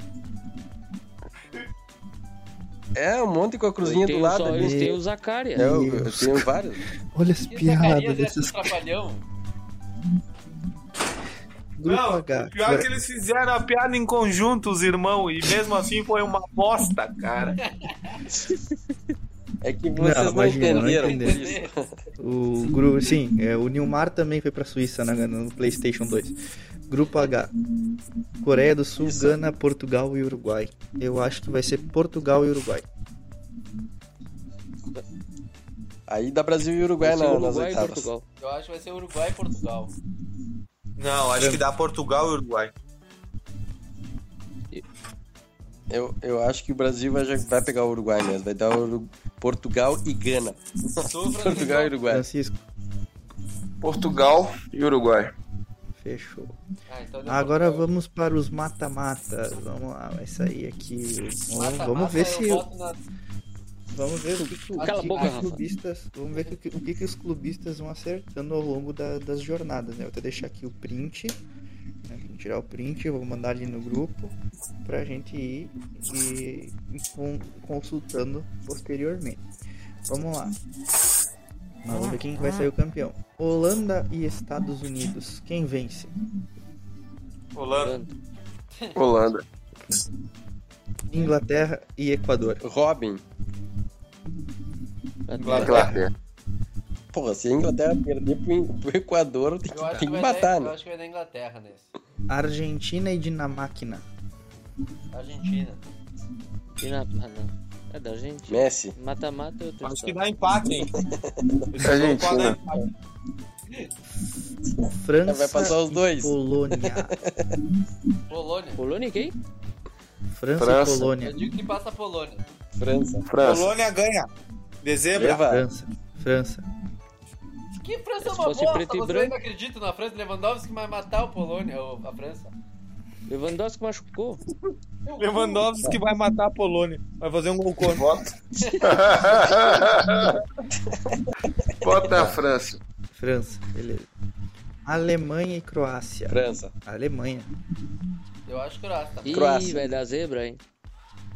F: É, um monte com a cruzinha
H: Tem
F: do
H: o
F: lado
H: só-
F: ali.
H: Tem o Zacaria.
F: É, eu, eu tenho vários.
B: Olha as
C: E o Zacarias
B: piadas
C: é esse
B: desses
C: trapalhão.
B: grupo
G: Não, o
B: H.
G: pior é que eles fizeram a piada em conjunto, os irmãos, e mesmo assim foi uma bosta, cara.
F: É que
B: Não,
F: vocês não,
B: imagina, não
F: entenderam.
B: entenderam. O grupo, sim, é, o Nilmar também foi pra Suíça na, no PlayStation 2. Grupo H. Coreia do Sul,
F: Isso.
B: Gana, Portugal e Uruguai. Eu acho que vai ser Portugal e Uruguai.
F: Aí dá Brasil e Uruguai,
H: Vai
F: na,
H: ser
F: nas
H: Uruguai e
F: oitavas.
H: é Portugal.
C: Eu acho que vai ser Uruguai e Portugal.
G: Não, acho que dá Portugal e Uruguai.
F: Eu, eu acho que o Brasil vai, jo- vai pegar o Uruguai mesmo. Vai dar Uru- Portugal e Gana.
C: Sou
F: Portugal e Uruguai.
B: Francisco,
D: É. Portugal e Uruguai.
B: fechou.
C: Ah, então deu
B: Agora
C: Portugal.
B: vamos para os mata-matas. Vamos lá, vai sair aqui. Vamos,
C: Mata-mata,
B: vamos ver
C: eu
B: se.
C: voto na-
B: Vamos ver o que, que, o
H: Cala a
B: que
H: boca,
B: que os
H: Rafa.
B: clubistas. Vamos ver o que, o que, que os clubistas vão acertando ao longo da- das jornadas, né? Eu vou deixar aqui o print. Né? Vou tirar o print, eu vou mandar ali no grupo pra gente ir e, e com- consultando posteriormente. Vamos lá. Vamos ver quem que vai sair o campeão. Holanda e Estados Unidos. Quem vence?
G: Holanda.
D: Holanda.
B: Inglaterra e Equador.
F: Robin.
D: Inglaterra.
F: Porra, se a Inglaterra perder pro, In- pro Equador, tem
C: Eu acho
F: que,
C: que
F: tem que
C: vai
F: matar,
C: dar, eu
F: né?
C: acho que vai dar Inglaterra nesse.
B: Argentina e Dinamáquina.
C: Argentina.
H: E na- ah, não. É da gente.
F: Messi.
H: Mata-mata é eu tô
G: Acho que dá empate, hein? Esse
D: Argentina.
G: jogo pode dar empate.
B: França
F: Vai passar os
B: e
F: dois.
B: Polônia.
C: Polônia.
H: Polônia e quem?
B: França,
D: França.
B: e Polônia.
C: Eu digo que passa a Polônia.
F: França.
D: França.
G: Polônia ganha. Dezembro.
F: Leva.
B: França. França.
C: Que França é
H: Se
C: uma
H: fosse
C: bosta,
H: preto e
C: vocês
H: branco.
C: não acreditam na França. Lewandowski vai matar o Polônia, ou a França.
H: Lewandowski machucou.
G: Lewandowski vai matar a Polônia. Vai fazer um gol contra.
D: Bota a França.
B: França. Beleza. Alemanha e Croácia.
F: França.
B: Alemanha.
C: Eu acho que o Croácia tá
H: Ih,
F: Croácia.
H: vai dar zebra, hein?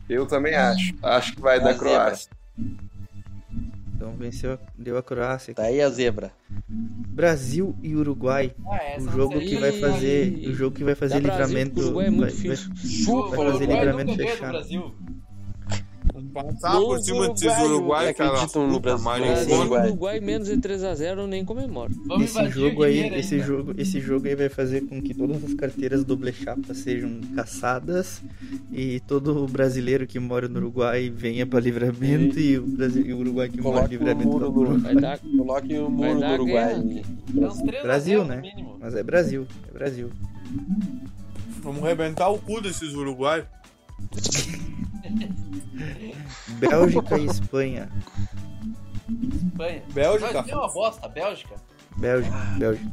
D: Eu também acho. Acho que vai dar
F: Zebra.
D: Croácia.
B: Então venceu, a- deu a Croácia.
F: Tá aí a zebra.
B: Brasil e Uruguai.
C: Ah, essa
B: O Um jogo
C: seria-
B: que vai
H: Ih,
B: fazer, o jogo que vai fazer
H: Dá Brasil,
B: livramento,
H: o Uruguai é
B: vai,
H: muito
B: vai,
H: difícil.
B: vai
C: O- o
B: fazer
C: Uruguai
B: livramento
C: nunca ganha do
B: fechado.
C: Brasil.
G: Passar Tá por cima desses
F: Uruguai,
G: Uruguai, cara.
F: acreditam no Brasil.
G: Mas
H: Brasil,
G: eu-
F: Uruguai.
H: Uruguai. menos de 3x0 eu nem comemoro.
C: Vamos
B: esse
C: invadir
B: jogo
C: o
B: aí,
C: Guiné
B: esse
C: ainda.
B: jogo, esse jogo aí vai fazer com que todas as carteiras doble chapa sejam caçadas e todo brasileiro que mora no Uruguai venha pra livramento e, o, Brasil, e o Uruguai que mora em
F: Coloca o
B: livramento
F: muro
B: vai pro
F: no...
B: Uruguai.
H: Vai dar.
F: Coloque o muro
H: dar
F: no Uruguai.
C: É uns três a
B: Brasil,
C: zero,
B: né?
C: no mínimo.
B: Mas é Brasil, é Brasil.
G: Vamos arrebentar o cu desses Uruguai.
B: Bélgica e Espanha.
C: Espanha.
G: Bélgica.
C: Mas é uma bosta, Bélgica.
B: Bélgica, Bélgica.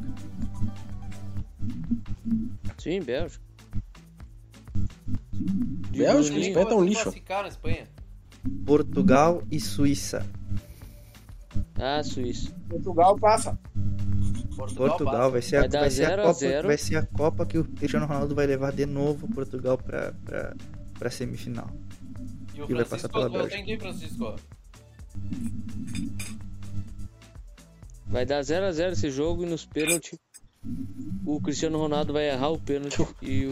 H: Sim, Bélgica. De
F: Bélgica,
H: Bruninho.
F: Espanha tá um
C: Eles
F: lixo.
C: classificaram a Espanha.
B: Portugal e Suíça.
H: Ah, Suíça.
G: Portugal passa.
C: Portugal,
B: Portugal vai ser a,
H: Vai dar
B: vai ser a
H: 0 a
B: Copa,
H: 0.
B: vai ser a Copa que o Cristiano Ronaldo vai levar de novo Portugal pra pra para semifinal.
C: passa. E o
B: e vai passar
C: Francisco,
B: pela
C: eu
B: Bélgica.
C: tenho quem, Francisco?
H: Vai dar 0x0 esse jogo e nos pênaltis. O Cristiano Ronaldo vai errar o pênalti e o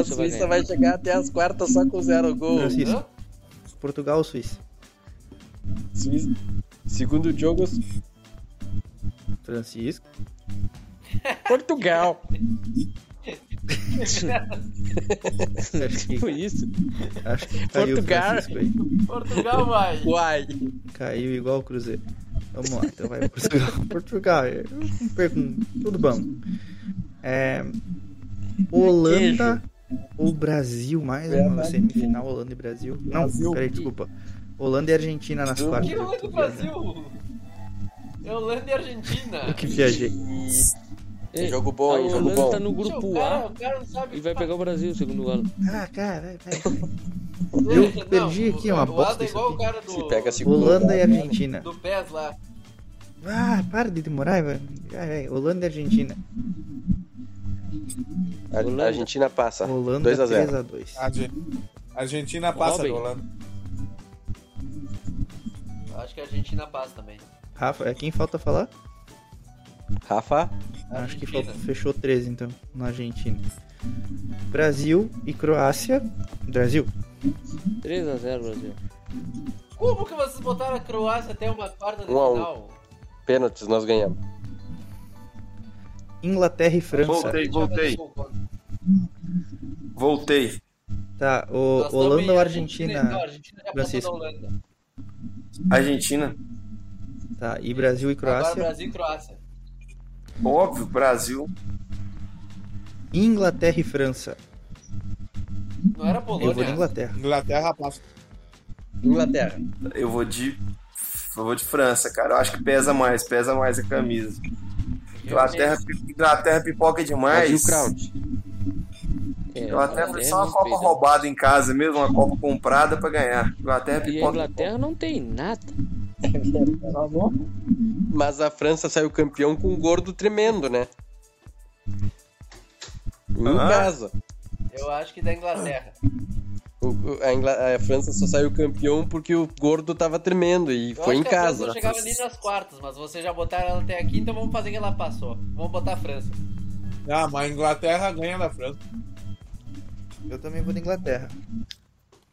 F: A
H: Suíça vai
F: Suíça
H: ganhar.
F: vai chegar até as quartas só com zero gol.
B: Francisco,
C: Hã?
B: Portugal ou Suíça?
F: Suíça. Segundo jogo,
B: Francisco.
F: Portugal.
B: Acho que,
H: Tipo isso.
B: acho que caiu o
F: Portugal.
B: Francisco aí.
C: Portugal vai.
F: Uai.
B: Caiu igual o Cruzeiro. Vamos lá, então vai Portugal. Portugal, eu não perco um- tudo bom. É, Holanda ou Brasil, mais uma
F: Verdade.
B: semifinal, Holanda e Brasil. Não, peraí, desculpa. Holanda e Argentina nas quartas.
C: Que Holanda e Brasil? É Holanda e Argentina.
B: Eu que viajei.
H: Ei,
F: É Jogo bom, hein?
H: a
F: Jogo
H: Holanda
F: bom.
H: tá no
C: Tio, o
H: grupo
C: cara,
H: A
C: o cara não sabe
H: e vai
C: que
H: pegar o Brasil, segundo o Galo.
B: Ah, cara, vai, vai.
C: fazer.
B: eu
C: Não,
B: perdi
C: o-
B: aqui, é uma
C: o Ada
B: bosta
C: é
B: isso
C: igual
B: aqui.
C: o cara do,
F: Se pega a segunda.
B: Holanda é e Argentina.
C: do PES lá.
B: Ah, para de demorar, vai. Vai, vai. Holanda e Argentina.
F: A a Argentina passa.
B: Holanda
F: 2 Tá. a 0.
B: 3x2.
G: Argen- Argentina passa
H: Robin.
G: da Holanda.
C: Acho que a Argentina passa também.
B: Rafa, é quem falta falar?
F: Rafa,
C: Ah,
B: Acho que
C: Argentina.
B: falta- fechou 13, então, na Argentina. Brasil e Croácia. Brasil.
H: 3x0 Brasil.
C: Como que vocês botaram a Croácia até uma quarta de
F: Um a um.
C: final?
F: pênaltis, nós ganhamos.
B: Inglaterra e França.
D: Voltei, voltei. Voltei.
B: Tá, o Holanda
C: Nós também,
B: ou
C: a Não, a
B: Argentina?
C: Argentina já
B: Francisco?
C: passou da Holanda.
D: Argentina.
B: Tá, e Brasil e
C: Agora
B: Croácia.
C: Brasil e Croácia.
D: Óbvio, Brasil.
B: Inglaterra e França.
C: Não era
B: Eu vou de
C: Polônia.
B: Inglaterra.
G: Inglaterra passa.
F: Inglaterra.
D: Eu vou de. Eu vou de França, cara. Eu acho que pesa mais, pesa mais a camisa. Inglaterra, Inglaterra pipoca
F: Brasil
D: demais.
F: Crowd.
H: É,
D: Inglaterra foi só uma
H: Inglaterra
D: Copa
H: respeita.
D: roubada em casa mesmo, uma Copa comprada pra ganhar. Inglaterra
H: E a
D: pipoca.
H: Inglaterra não tem nada.
F: Mas a França saiu campeão com um gordo tremendo, né? Em
D: Ah.
F: casa.
C: Eu acho que da Inglaterra.
F: O- o- a, Ingla- a França só saiu campeão porque o gordo tava tremendo e
C: Eu
F: foi
C: acho
F: em
C: que a França
F: casa.
C: Não chegava nem nas quartas, mas vocês já botaram ela até aqui, então vamos fazer que ela passou. Vamos botar a França.
G: Ah, mas a Inglaterra ganha da França.
B: Eu também vou na Inglaterra.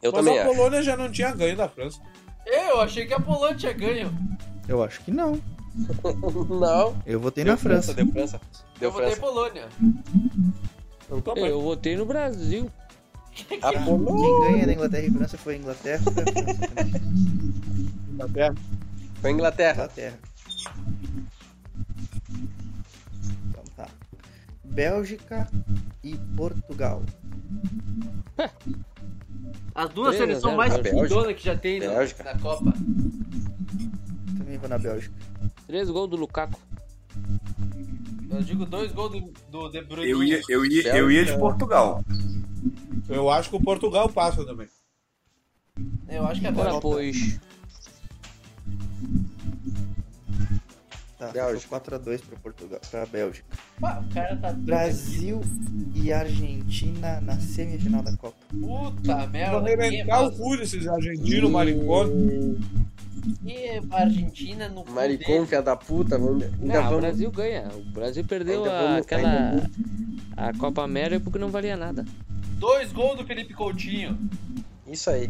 F: Eu
G: mas
F: também
G: a
F: acho.
G: Polônia já não tinha ganho da França.
C: Eu achei que a Polônia tinha ganho.
B: Eu acho que não.
F: Não.
B: Eu votei
F: Deu
B: na França.
F: Deu França. Deu
C: Eu votei
F: França.
C: Polônia.
G: Então, mas
H: Eu votei no Brasil.
F: A Polônia
B: Quem ganha na Inglaterra e França foi a Inglaterra. Foi a França.
G: Inglaterra.
F: foi a Inglaterra.
B: Inglaterra. Então tá. Bélgica e Portugal.
C: As duas
H: 3 a 0
C: seleções mais
H: pra
F: né? Bélgica.
C: pindonas que já tem na,
F: Bélgica.
C: na Copa.
B: Também vou na Bélgica.
H: Três gols do Lukaku.
C: Eu digo dois gols do, do De Bruyne.
I: Eu ia, eu, ia, eu ia de Portugal.
G: Eu acho que o Portugal passa também.
C: Eu acho que
H: Ora,
C: agora.
H: pois.
B: Tá,
F: Bélgica.
B: 4x2 pra, Portugal, pra Bélgica.
C: Pá, o cara tá.
B: Brasil e Argentina na semifinal da Copa.
C: Puta
G: Vão
C: merda.
G: arrebentar o
C: que-
G: cu desses argentinos, maricona.
C: Que Argentina no cu
F: Maricom,
C: dele.
F: filha da puta. Vamos... Ainda
H: Ah, o
F: vamos.
H: Brasil ganha. O Brasil perdeu
F: Ainda
H: a-
F: vamos-
H: aquela.
F: ainda
H: A Copa América porque não valia nada.
C: Dois gols do Felipe Coutinho.
F: Isso aí.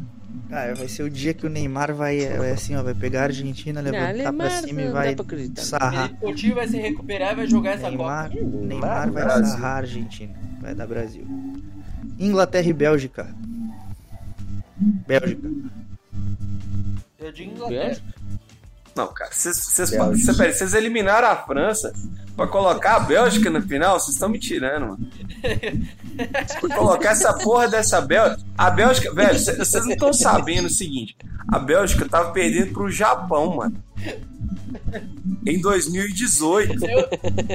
B: Cara, vai ser o dia que o Neymar vai, vai assim, ó, vai pegar a Argentina, levantar pra
H: Neymar,
B: cima e
H: Ah, não
B: vai
H: dá pra acreditar.
B: sarrar.
C: Felipe Coutinho vai se recuperar e vai jogar essa
B: Ah. Neymar,
C: Copa.
B: Neymar vai
I: Brasil.
B: sarrar a Argentina. Vai dar Brasil. Inglaterra e Bélgica. Bélgica.
C: Eu digo Inglaterra.
I: Não, cara, vocês- vocês vocês- pera aí, vocês eliminaram a França pra colocar a Bélgica no final? Vocês estão me tirando, mano. Pra colocar essa porra dessa Bélgica. A Bélgica, velho, cê- vocês não estão sabendo o seguinte: a Bélgica tava perdendo pro Japão, mano. Em 2018.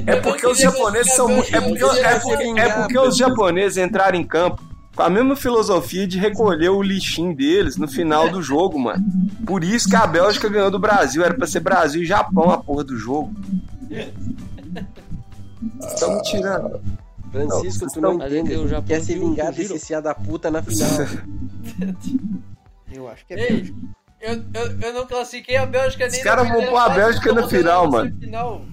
I: É porque os japoneses são muito. É porque, é porque- é porque os japoneses entraram em campo com a mesma filosofia de recolher o lixinho deles no final do jogo, mano. Por isso que a Bélgica ganhou do Brasil. Era pra ser Brasil e Japão a porra do jogo. Estão me tirando.
F: Francisco,
I: Não,
F: tu não
H: mas
F: entende.
H: é que o
F: Tu
H: Japão
F: Quer se
H: viu o
F: vingar
H: Giro.
F: desse CIA da puta na final.
B: Eu acho que é
C: Ei,
B: Bélgica.
C: eu, eu, eu não classifiquei a Bélgica nem
I: Os
C: na
I: caras vão
C: primeira
I: pôr a
C: fase,
I: Bélgica
C: vão
I: na
C: botar
I: final, mano.
C: semifinal.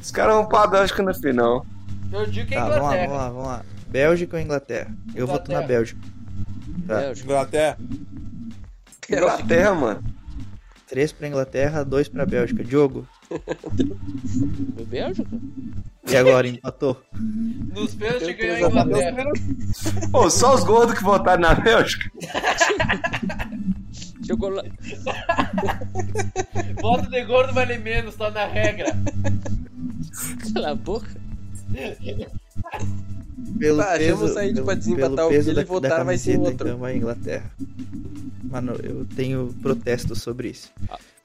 I: Os caras vão pra Bélgica na final.
C: Eu digo que é
B: Tá, vamos lá,
C: Inglaterra.
B: vamos lá, vamos lá. Bélgica ou Inglaterra? Eu voto na
C: Inglaterra.
B: Bélgica. Tá.
H: Bélgica.
G: Inglaterra.
I: Inglaterra, mano.
B: 3 pra Inglaterra, 2 pra Bélgica. Diogo.
H: Foi Bélgica?
B: E agora, empatou?
C: Nos pênaltis
F: Eu
C: ganhou a
F: tô jogando
C: Inglaterra.
I: Pô, só os gordos que votaram na Bélgica.
H: Chocolate.
C: Voto de gordo vale menos, tá na regra.
H: Cala a boca.
B: Pelo
F: Tá, achamos
B: peso,
F: aí de
B: pelo-
F: pra desempatar
B: pelo
F: o
B: peso
F: que ele
B: da,
F: votar,
B: da
F: vai ser
B: camiseta,
F: outro.
B: Então vai Inglaterra. Mano, eu tenho protesto sobre isso.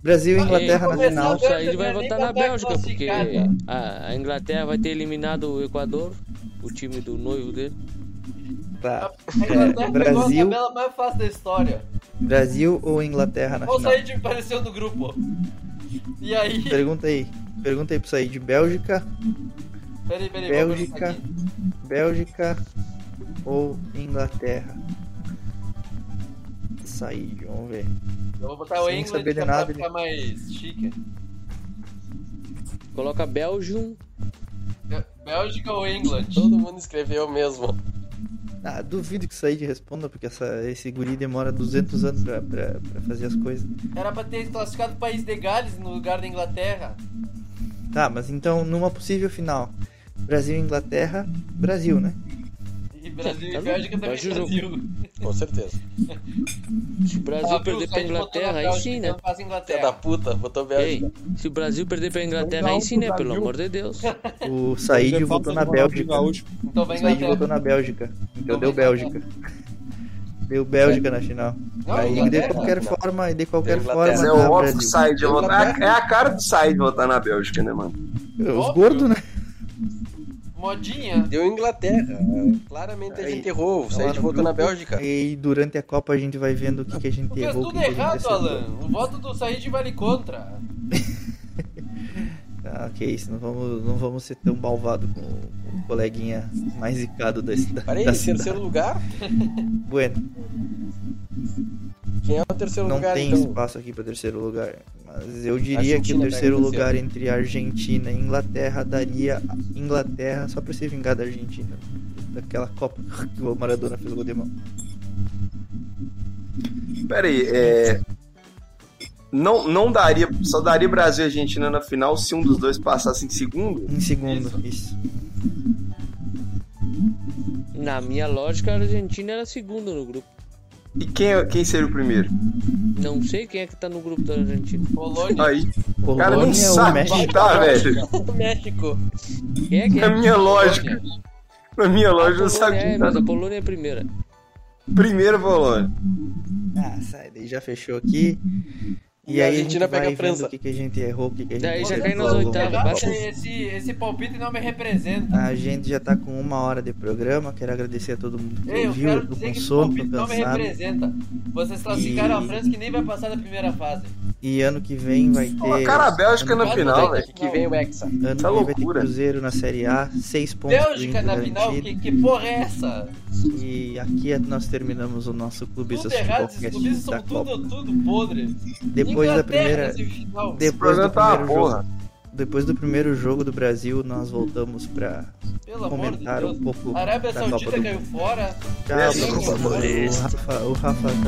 B: Brasil e
C: Ah,
B: Inglaterra na
C: começar
B: final.
C: a
H: O Said vai
C: Bélgica
H: votar
C: nem tá
H: na Bélgica, porque
C: classificada.
H: a a Inglaterra vai ter eliminado o Equador, o time do noivo dele.
B: Tá.
C: A Inglaterra
B: É,
C: pegou a
B: Brasil,
C: tabela mais fácil da história.
B: Brasil ou Inglaterra na
C: Olha o
B: final?
C: Said apareceu do grupo. E aí?
B: Pergunta aí. Pergunta aí pra sair de Bélgica,
C: Peraí, peraí, vou
B: Bélgica,
C: pensar aqui.
B: Bélgica ou Inglaterra? Sair, vamos ver.
C: Eu vou botar o
B: Sem
C: England é
B: saber de
C: pra
B: nada,
C: ficar
B: né?
C: mais chique.
H: Coloca Belgium.
C: Bé- Bélgica ou England?
F: Todo mundo escreveu mesmo.
B: Ah, duvido que o Said responda, porque essa, esse guri demora 200 anos pra, pra, pra fazer as coisas.
C: Era pra ter classificado o país de Gales no lugar da Inglaterra.
B: Tá, mas então numa possível final, Brasil e Inglaterra, Brasil, né?
C: E Brasil
H: Tá
C: e
H: bem.
C: Bélgica também
H: Baixa o
C: é
H: jogo.
C: Brasil.
F: Com certeza.
H: Se o Brasil
C: Tá, viu?
H: perder pra
C: Said botou na
H: Inglaterra, aí
C: Bélgica,
H: sim, né?
C: então faz
F: Filha da
C: Inglaterra.
F: puta, botou
H: Ei,
F: Bélgica.
H: se o Brasil perder pra Inglaterra,
G: Não,
H: aí sim, né?
G: Brasil.
H: Pelo amor de Deus.
B: O
F: Tá
B: Said
G: Falta
B: votou
G: de
B: na
G: Ronaldinho
B: Bélgica.
G: Gaúcho.
C: Então vai
B: O Said votou
C: Inglaterra.
B: na Bélgica. Então
C: Então
B: deu
C: vai
B: Bélgica. Deu Bélgica na final.
C: Não,
F: Aí,
B: E de
C: É Inglaterra.
B: qualquer
F: Não.
B: forma, e de qualquer
F: Deu
B: forma,
F: Inglaterra.
I: Mas é
B: dá
I: o óbvio que
B: Brasil.
I: sai de votar. É a cara do sai de votar na Bélgica, né, mano?
B: Os
C: Óbvio.
B: gordos, né?
C: Modinha.
F: Deu Inglaterra. Claramente a
B: Aí.
F: gente errou. O
B: Lá
F: Said
B: no
F: votou na
B: grupo.
F: Bélgica.
B: E durante a Copa a gente vai vendo o que, que a gente
C: Tu fez
B: errou, o
C: é
B: que,
C: tudo
B: que a gente
C: errado,
B: acertou.
C: Alan. O voto do Said vale contra.
B: Ah, ok, isso, não vamos, não vamos ser tão malvado com o, com o coleguinha mais zicado da, cida-
F: Parei,
B: da cidade.
F: terceiro lugar?
B: Bueno,
F: Quem é o terceiro
B: não
F: lugar,
B: tem
F: então?
B: espaço aqui pra terceiro lugar. Mas Mas eu diria que o
F: Argentina
B: terceiro
F: pega
B: lugar entre Argentina e Inglaterra daria a Inglaterra só pra se vingar da Argentina. Daquela Copa que o Maradona fez o gol de mão.
I: Peraí, é. Não, não daria. Só daria Brasil e Argentina na final se um dos dois passasse em segundo?
B: Em Um segundo, isso.
H: Na minha lógica, a Argentina era a segunda no grupo.
I: E quem, é, quem seria o primeiro?
H: Não sei quem é que tá no grupo da Argentina.
C: Polônia.
I: Aí, o cara
B: Polônia
I: não
B: ou
I: sabe tá
B: México?
I: contar, velho.
H: O México. Quem é que é?
I: Na minha lógica. Na minha
H: A
I: lógica,
H: Polônia
I: não sabe tá-
H: é,
I: contar.
H: mas a Polônia é a primeira.
I: Primeiro, Polônia.
B: Ah, sai daí, já fechou aqui. E,
F: E a
B: aí a gente
F: Argentina
B: vai
F: pega a
B: vendo
F: França.
B: o que, que a gente errou, o que, que a gente
H: Daí já
B: acertou
H: cai
B: ao
H: nas
B: longo
H: oitavas,
B: da
C: Legal,
H: bate
B: Copa.
C: Esse, esse palpite não me representa.
B: A gente já tá com uma hora de programa. Quero agradecer a todo mundo que
C: Ei, eu
B: ouviu,
C: quero
B: tô
C: dizer
B: com
C: que esse
B: sono, tô
C: palpite não me
B: cansado.
C: representa. Vocês classificaram a França que nem vai passar da primeira fase.
B: E ano que vem vai ter.
I: Colocaram a Bélgica
B: ano
I: na
B: que
I: final,
C: vai
I: velho.
C: ter
F: Que vem o Hexa.
B: vem- Ano que
I: Tá
B: vem vai ter
I: loucura.
B: Cruzeiro na Série A, seis pontos. pro
C: Bélgica
B: Inter
C: na final,
B: garantido.
C: que, que porra é essa?
B: E aqui é nós terminamos o nosso clube
C: Tudo errado, esses clubes
B: da
C: são
B: Copa.
C: tudo, tudo podre.
B: Depois da
C: Inglaterra
B: primeira.
C: na semifinal.
B: Depois do
I: programa tá uma
B: primeiro
I: porra.
B: jogo. Depois do primeiro jogo do Brasil, nós voltamos pra
C: Pelo amor de
B: comentar
C: Deus.
B: um pouco
C: Arábia
B: da Copa
C: Saudita
B: do
I: é
C: caiu fora.
B: Tchau,
I: Sim,
B: o Rafa, o Rafa tá